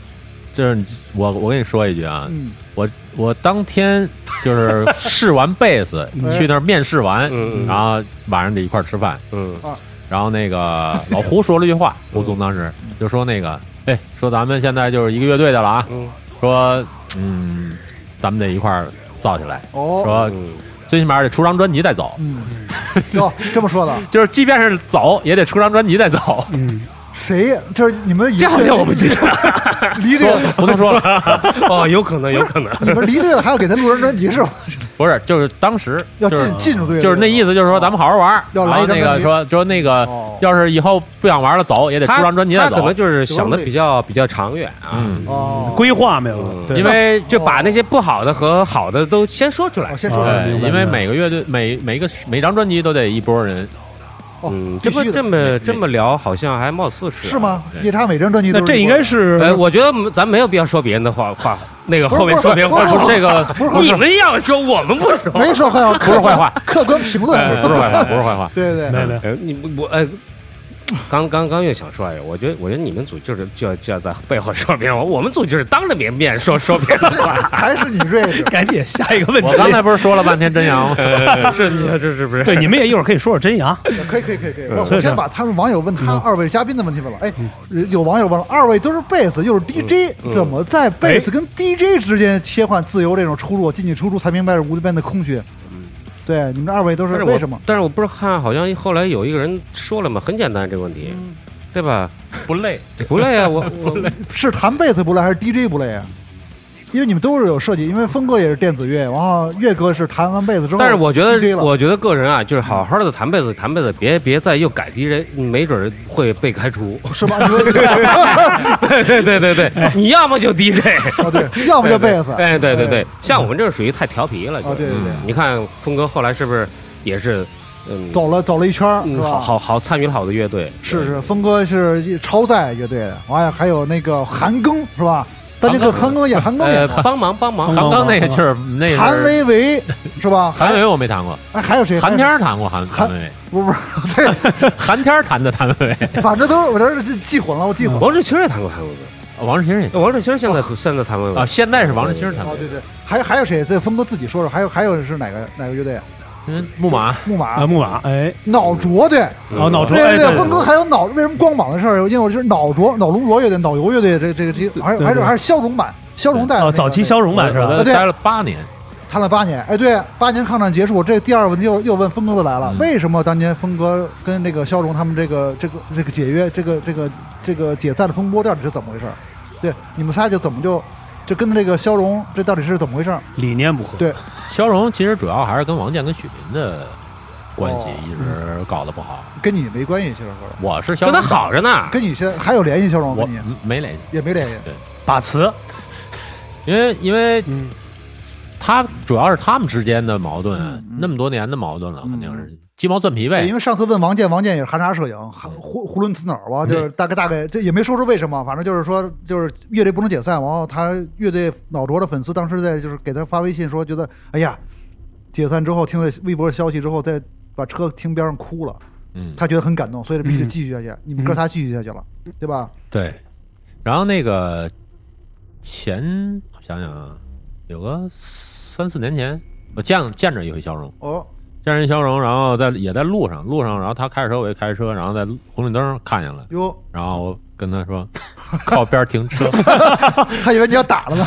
D: 就是你我我跟你说一句啊，
B: 嗯，
D: 我我当天就是试完贝
C: *laughs*
D: 斯，去那儿面试完，
C: 嗯嗯
D: 然后晚上就一块儿吃饭，
C: 嗯
D: 然后那个老胡说了一句话，胡总当时就说那个，哎，说咱们现在就是一个乐队的了啊，
C: 嗯
D: 说嗯，咱们得一块儿造起来，
B: 哦，
D: 说
C: 嗯
D: 最起码得出张专辑再走，
B: 哟，这么说的，
D: 就是即便是走也得出张专辑再走。
A: 嗯，
B: 谁呀？就是你们
A: 这好像我不记得
B: 离队
D: 说
B: 了，
D: 不
C: *laughs*
D: 能说了，
A: 哦，有可能，有可能。
B: 你们离队了还要给他录张专辑是吧？
D: 不是，就是当时
B: 要
D: 就是
B: 进进入队，
D: 就是那意思，就是说咱们好好玩儿，
B: 要
D: 然
B: 来
D: 后
B: 一张
D: 那
B: 专
D: 个
B: 辑
D: 说说那个
B: 哦，
D: 要是以后不想玩了走，也得出
C: 他
D: 张专辑再
C: 他可
D: 走
C: 能。就是想的
B: 有
C: 比较比较长远啊。
D: 嗯，
B: 哦，
A: 规划没有
C: 嗯
A: 了，对
C: 因为就把那些不好的和好的都先说出来
B: 哦我。先说
A: 啊
D: 对
A: 明，白
D: 因为
A: 明白
D: 每个乐队每每个每张专辑都得一波人，
B: 哦
C: 嗯，
B: 必
C: 这不
B: 须的
C: 这么这么聊，好像还貌似是啊
B: 是？吗？夜叉每张专辑都
A: 那
B: 是
A: 这应该是
C: 哎，我觉得咱没有必要说别人的话话，那个
B: 不是
C: 后面说别人
B: 不是
C: 话
B: 不是
C: 这个
B: 不是不是
C: 你们要说，我们不说。哎
B: 没说坏话，
D: 不是坏话，
B: 客观评论。
D: 哎不是坏话，不是坏话
B: 对对对，
A: 没没 *laughs*
C: 哎，你不我哎，刚刚刚又想说哎，我觉得我觉得你们组就是就要就要在背后说别人话，我们组就是当着别人面说说别人的
B: *laughs*
C: 话。
B: 还是你睿智。
A: 赶紧下一个问题。
D: 我刚才不是说了半天真阳吗？
C: 是，你说这是不是？
A: 对你们也一会儿可以说说真阳，
B: 可以可以可以可以，
A: 嗯
B: 我
A: 所
B: 我
A: 以
B: 先
A: 说
B: 把他们网友问他
A: 嗯
B: 二位嘉宾的问题问了。哎，有网友问了，二位都是贝斯，又是 DJ，
C: 嗯
B: 怎么在贝斯跟 DJ 之间切换自由这种出入，进进出出才明白是无敌般的空虚？对，你们这二位都
C: 但
B: 是
C: 是
B: 为
C: 我
B: 什么？
C: 但是我不是看好像后来有一个人说了嘛，很简单这个问题，
B: 嗯
C: 对吧？
D: 不累，
C: *laughs* 不累啊，我我
B: 是弹贝斯不累还是 DJ 不累啊？因为你们都是有设计，因为峰哥也是电子乐，然后岳哥是弹完贝斯之后，
C: 但是我觉
B: DJ
C: 得，
B: 了
C: 我觉得个人啊，就是好好的弹贝斯，弹贝斯，别别再又改 DJ，没准儿会被开
D: *laughs*
C: 除。
B: 是吧？你
C: *laughs*
B: 说
C: 对对对对对，你要么就 DJ，
B: *laughs* 哦对，要么就贝斯，
C: 哎对对对，像我们这属于太调皮了。就
B: 哦对对对
C: 你看峰哥后来是不是也是，嗯，
B: 走了走了一圈儿，是
C: 嗯，
B: 吧？
C: 好好好参与了好的乐队，
B: 是是，峰哥是超载乐队的，完了还有那个韩庚是吧？大家看韩庚也韩庚也
C: 呃，
B: 好，
C: 帮忙帮忙
B: 哦
D: 韩，庚那个就是那个
B: 谭维维是吧？
D: 韩
B: 还
D: 维我没弹过，
B: 哎还有谁？
D: 韩
B: 还
D: 天
B: 有
D: 儿弹过韩
B: 韩
D: 韩维，
B: 不是不是，
D: 韩天儿弹的谭维，
B: 对，反正都是我这是记混了，我记混了。
C: 王志清也弹过韩国歌，
B: 哦
D: 王志清也
C: 王志清现在现在弹过
D: 啊，现在是王志清
C: 嗯
D: 弹
B: 哦
D: 的，
B: 对对，还有还有谁？这峰哥自己说说，还有还有是哪个哪个乐队啊？
D: 嗯，木马
B: 木马
A: 啊，木马，哎，
B: 脑浊对。
C: 嗯
A: 哦，脑浊，哎，
B: 对
A: 对
B: 对，峰哥还有脑为什么光膀的事儿？因为我就是脑浊、脑龙浊乐队、脑油乐队，这这个这还有还有还是消融版，消融哎带的那
A: 哦，
B: 个
A: 早期消融版是吧
D: 我
B: 啊？对
D: 待了八年，
B: 谈了八年，哎，对，八年抗战结束，这第二个问题又又问峰哥的来了，
D: 嗯
B: 为什么当年峰哥跟那个肖荣他们这个这个这个解约这个这个这个解散的风波到底是怎么回事儿？对，你们仨就怎么就就跟那个肖荣这到底是怎么回事儿？
A: 理念不合，
B: 对
D: 肖荣其实主要还是跟王健跟许麟的关系
B: 哦
D: 一直搞得不好。
B: 跟你没关系，其实后来
D: 我是肖
C: 跟他
D: 荣，
C: 好着呢。
B: 跟你现在还有联系，肖荣
D: 我
B: 跟你啊
D: 嗯没联系，
B: 也没联系，
A: 把词，
D: 因为因为
A: 嗯，
D: 他主要是他们之间的矛盾，
B: 嗯嗯
D: 那么多年的矛盾了，
B: 嗯
D: 肯定是鸡毛蒜皮
B: 对，因
D: 呗。
B: 为上次问王健，王健也是含沙射影，含囫囫囵吞枣吧，就是大概大概，这也没说出为什么，反正就是说，就是乐队不能解散，然后他乐队老卓的粉丝当时在就是给他发微信说，觉得哎呀，解散之后听了微博消息之后，再把车停边上哭了，
D: 嗯，
B: 他觉得很感动，所以必须
A: 嗯
B: 继续下去，你们哥仨继续下去了，对吧？
D: 对。然后那个前我想想啊，有个三四年前，我见见着一回肖荣，
B: 哦，
D: 见着一肖荣，然后在也在路上，路上，然后他开着车，我也开着车，然后在红绿灯看见了，
B: 哟，
D: 然后我跟他说 *laughs* 靠边停车， *laughs*
B: 他以为你要打了呢，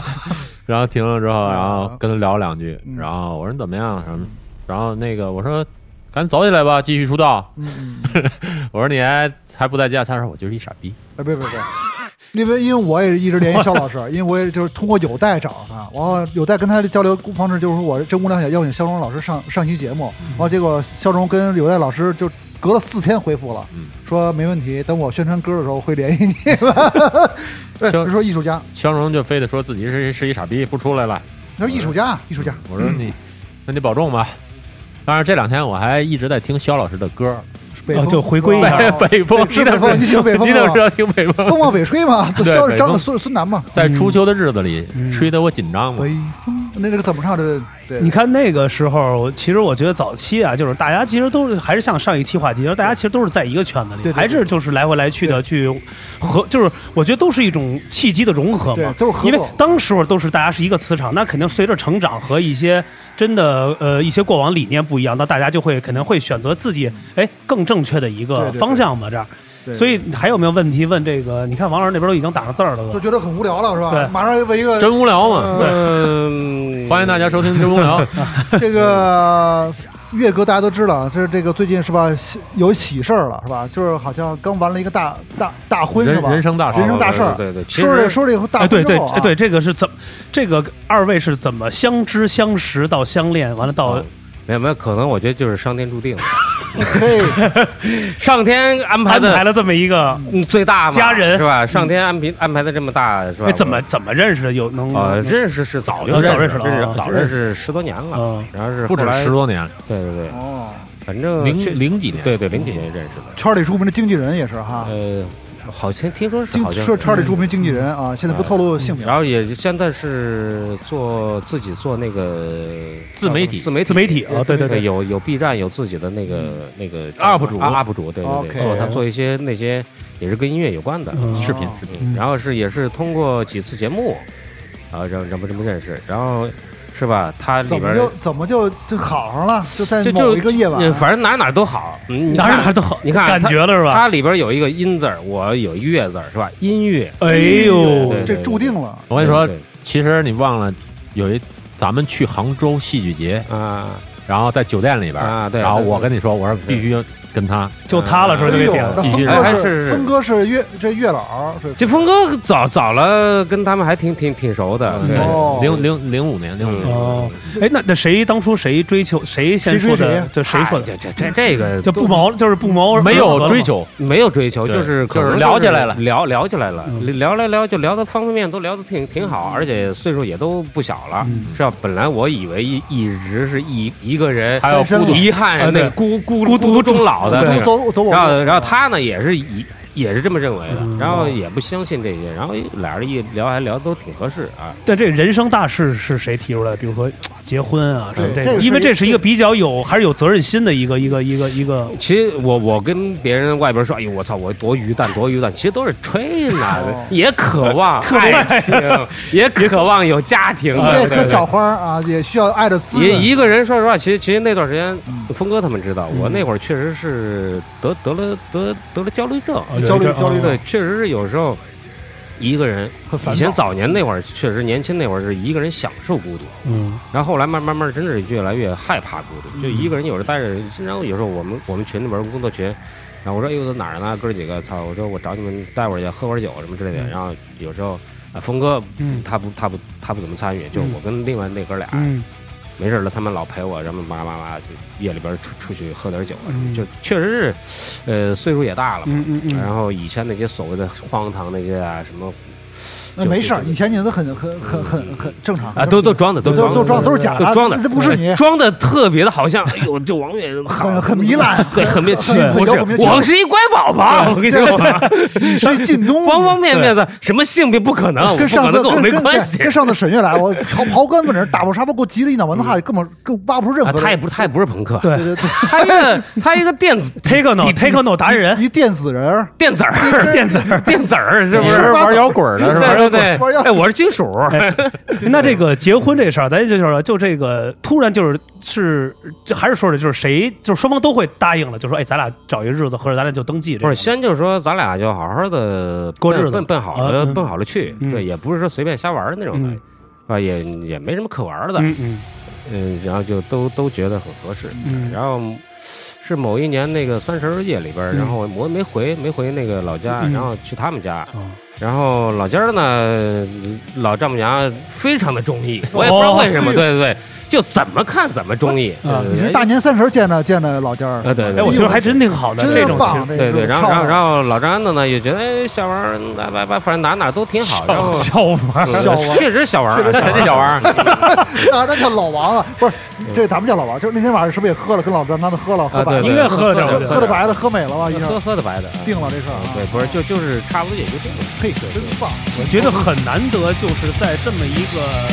D: 然后停了之后，然后跟他聊两句
B: 啊嗯，
D: 然后我说你怎么样啊什么，然后那个我说赶紧走起来吧，继续出道。
B: 嗯，
D: *laughs* 我说你还还不在家，他说我就是一傻逼。
B: 哎，别别别。因为因为我也一直联系肖老师，因为我也就是通过有代找他，然后有代跟他的交流方式就是说我真无聊想邀请肖荣老师上上期节目，然后结果肖荣跟有代老师就隔了四天回复了，
D: 嗯
B: 说没问题，等我宣传歌的时候会联系你们。哎
D: 肖
B: 说艺术家，
D: 肖荣就非得说自己是是一傻逼，不出来了。
B: 他说艺术家，艺术家，
D: 嗯我说你，那你保重吧。当然这两天我还一直在听肖老师的歌，
B: 北风、
A: 哦就回归一下
B: 是吧
D: 北北风，
B: 是
D: 你怎
B: 北
D: 么
B: 风，你喜欢北风
D: 你怎么
B: 吗
D: 知道听北风？
B: 风往北吹
A: *laughs*
B: 嘛，
D: 对
B: 肖
D: 北
B: 张
D: 风
B: 孙孙楠嘛，
D: 在初秋的日子里，
A: 嗯
D: 吹得我紧张吗
B: 北？风，那那个怎么唱的？对，
A: 你看那个时候，其实我觉得早期啊，就是大家其实都是还是像上一期话题，就是大家其实都是在一个圈子
B: 对对对
A: 里，还是就是来回来去的去和，就是我觉得都是一种契机的融合
B: 对
A: 嘛，。
B: 都是合
A: 因为
B: 作。
A: 当时都是大家是一个磁场，那肯定随着成长和一些真的呃一些过往理念不一样，那大家就会肯定会选择自己哎更正确的一
B: 对
A: 个
B: 对对
A: 方向嘛，这样。
B: 对
A: 所以还有没有问题问这个？你看王老师那边都已经打上字儿了
B: 就
A: 都，
B: 觉得很无聊了，是吧？
A: 对
B: 马上又一个
D: 真无聊嘛！
C: 嗯，
D: 欢迎大家收听《知无聊》，
B: 这个岳哥大家都知道，这这个最近是吧，有喜事儿了是吧？就是好像刚完了一个大大大嗯婚是
D: 人
B: 吧？
D: 人生大事
B: 人生大事儿，
C: 对对对其实
B: 说了说了以后大
A: 哎，
B: 婚
A: 对
B: 之
A: 对
B: 后啊，
A: 哎对，这个是怎么？这个二位是怎么相知、相识到相恋，完了到
C: 啊没有没有，可能我觉得就是上天注定， *laughs*
B: 嘿，
C: 上天安排
A: 安排
C: 的
A: 了这么一个？
C: 嗯最大嘛
A: 家人
C: 是吧？上天安排安排的这么大是吧
A: 哎，？怎么怎么认识的？有能
C: 呃，
A: 能
C: 认识是早就
A: 早认
C: 认
A: 识了
C: 认
A: 啊
C: 识早认识十多年了，
A: 嗯，
C: 然后是
D: 不止
C: 后来
D: 十，多年，
C: 对对对，
B: 哦，
C: 反正确
D: 零零几年，
C: 对对零几年认识的，
B: 圈里著名的经纪人也是哈，
C: 呃，好像听说是
B: 经
C: 好像
B: 啊
C: 嗯
B: 说圈里著名经纪人啊，现在不透露姓名
C: 然，后也现在是做自己做那个
D: 自媒体
C: 自媒体
A: 自媒体啊对对对
C: 有有 B 站有自己的那个那个
D: UP 主
C: 啊 UP 主，对对
B: OK
C: 对，做他做一些那些也是跟音乐有关的
A: 嗯
D: 视频
B: 哦
D: 视频，
A: 嗯
C: 然后是也是通过几次节目，然后让让不这么认识，然后是吧？他里
B: 怎么
C: 边
B: 就怎么就就好上了？就在
C: 就
B: 某
C: 就
B: 一个夜晚，
C: 反正哪哪都好，嗯你
A: 哪儿哪儿
C: 看
A: 都好，
C: 你看
A: 感觉了是吧？
C: 它里边有一个音字儿，我有一乐字儿，是吧？音乐，
A: 哎呦
C: 对，
B: 这注定了。
D: 我跟你说
C: 对，
D: 其实你忘了有一咱们去杭州戏剧节，
C: 啊
D: 然后在酒店里边儿，
C: 啊，对。
D: 然后我
C: 对
D: 跟你说，我说必须跟他，
A: 就他了是吧？
B: 哎
A: 就给
B: 呦，
A: 点
B: 那
A: 了。
D: 必
B: 峰
D: 须
C: 哎还
B: 哥
C: 是
B: 峰哥是岳这岳老，是
C: 这峰哥早早了，跟他们还挺挺挺熟的。对嗯
B: 哦
D: 零零零五年，零五年，
A: 哦，哎，那那谁当初谁追求谁先
B: 谁追
A: 说
B: 谁
A: 的
B: 呀？
A: 就谁说的
C: 哎这？这这这个
A: 就
C: 都
A: 不谋，就是不谋，
D: 没有追，求，
C: 没有追求，
D: 对
C: 就是可能
D: 就是聊起来了
C: 聊聊起来了，
A: 嗯
C: 聊来聊就聊的方方面面都聊的挺挺好，而且岁数也都不小了，
A: 嗯
C: 是吧？本来我以为一一直是一一个人，
D: 还有孤独，
C: 遗
A: 啊
C: 憾
A: 对
C: 那孤孤
A: 孤独
C: 独终老的
A: 对
C: 那
B: 走
C: 个，
B: 走走我路，哦
C: 然后然后他呢也是以也是这么认为的
A: 嗯，
C: 然后也不相信这些，然后俩人一聊还聊得都挺合适啊。
A: 但这人生大事是谁提出来的？比如说结婚啊，什么
B: 对
A: 这
B: 这
A: 个，
B: 个
A: 因为
B: 是一
A: 这是一个比较有还是有责任心的一个一个一个一个。
C: 其实我我跟别人外边说，哎呦我操，我多鱼蛋多鱼蛋，其实都是吹
B: 哦
C: 呢，也渴
B: *laughs*
C: 望爱情，也渴望有家庭，
B: 这
C: 哎对
B: 棵
C: 对
B: 哎小
C: 对。
B: 花儿啊，也需要爱的滋
C: 也
B: 润。
C: 一个人，说实话，其实其实那段时间
B: 嗯，
C: 峰哥他们知道，我那会儿确实是得得了得得了焦虑症，
A: 啊有
B: 焦
A: 一
B: 虑
A: 阵
B: 哦焦虑
A: 啊
C: 对，确实是有时候一个人。
A: 很
C: 以
A: 烦
C: 前
A: 躁。
C: 早年那会儿，确实年轻那会儿是一个人享受孤独，
A: 嗯，
C: 然后后来慢慢慢，真是越来越害怕孤独，就一个人有时候待着。然后有时候我们我们群里边工作群，然后我说哎呦在哪儿呢？哥儿几个，操！我说我找你们待会儿去喝会儿酒什么之类的。
A: 嗯
C: 然后有时候啊，峰哥
A: 嗯
C: 他不他不他不怎么参与，就是我跟另外那哥俩
A: 嗯，
C: 没事儿了，他们老陪我，然后嘛嘛嘛，就夜里边出出去喝点酒啊什么
A: 嗯
C: 就哎确实是，呃，岁数也大了嘛。
A: 嗯嗯
C: 然
A: 嗯，
C: 后以前那些所谓的荒唐那些啊，什么
B: 那没事儿，以前你都很很很很很正常
C: 啊，都都装的，
B: 都
C: 都装的
B: 都装都是假
C: 都
B: 的，
C: 装的，哎
B: 这不是你，
C: 装的特别的，好像哎呦，这王月
B: 很很糜烂，
C: 对，很没气
B: 很很
C: 不是
B: 摇滚没，气
C: 我是一乖宝宝，我跟你说，
B: 你是靳东，啊
C: 方方面面的什么性别不可能，
B: 跟
C: 不
B: 上
C: 可
B: 次
C: 能跟啊
B: 跟
C: 我没
B: 跟
C: 关系
B: 跟。上次沈月来，我刨刨根问底，打破砂锅给我急得一脑门子汗，根本根本挖不出任
C: 嗯啊，
B: 何。
C: 他也不，他也不是朋克，
A: 对
B: 对对对
C: 他一个他一个电子
A: ，techno techno 达人，
B: 一电子人儿，
C: 电子儿，
A: 电子
C: *laughs*
A: 儿。
C: 电子儿是
D: 你
C: 不
D: 是
C: 是？
D: 玩摇滚的是吧？
C: 对对对
B: 玩摇，滚
C: 哎，我是金属，
A: 那这个结婚这事儿，咱就就是就这个突然就是是就还是说的，就是谁就是双方都会答应了，就说哎，咱俩找一个日子合适，咱俩就登记这
C: 不
A: 个。
C: 是，先就说咱俩就好好的
A: 过日子
C: 奔奔好
A: 啊
C: 了，
A: 嗯
C: 奔好了去，
A: 嗯
C: 对，也不是说随便瞎玩的那
B: 嗯
C: 种感觉，啊，也也没什么可玩的，
A: 嗯嗯
C: 嗯，然后就都都觉得很合适，
A: 嗯
C: 然后是某一年那个三十儿夜里边儿，
A: 嗯
C: 然后我我没回没回那个老家，
A: 嗯
C: 然后去他们家，
A: 啊，
C: 然后老家儿呢，老丈母娘非常的中意，我也不知道为什么，
B: 哦
C: 对对对，就怎么看怎么中意，
A: 啊
C: *laughs* 对
B: 你是
C: 对
B: 大年三十见着见着老家儿，
C: 啊对对
A: 哎，我觉得还真挺好的，这
B: 真
A: 种
B: 棒，
A: 其
B: 这
C: 对对，然后然后然
B: 后
C: 后老丈人呢也觉得哎小玩儿，来来来，反正哪哪都挺好，然后
A: 实小玩儿。
C: 嗯 *laughs*
B: 小玩儿
C: 确实小玩儿啊，
D: 人家小玩儿，
B: *laughs* 啊，那叫老王啊，不是这咱们叫老王，就是那天晚上是不是也喝了，跟老张他们喝了，喝
C: 啊
B: 白
C: 对，
B: 了，
A: 应该喝点儿我觉得
B: 喝的白的，喝美了吧，医
C: 喝
B: 生
C: 喝的白的，啊
B: 定了这事儿啊，
C: 对，
B: *laughs*
C: 不是就就是差不多也就这样。
B: 嘿，真棒，
A: *laughs* 我觉得很难得，就是在这么一呃个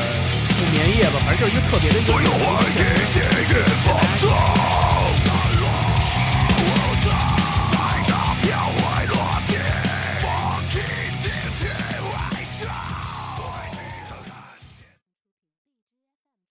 A: 不眠夜吧，反正就是一个特别的。所有
F: 所有话一点也放大。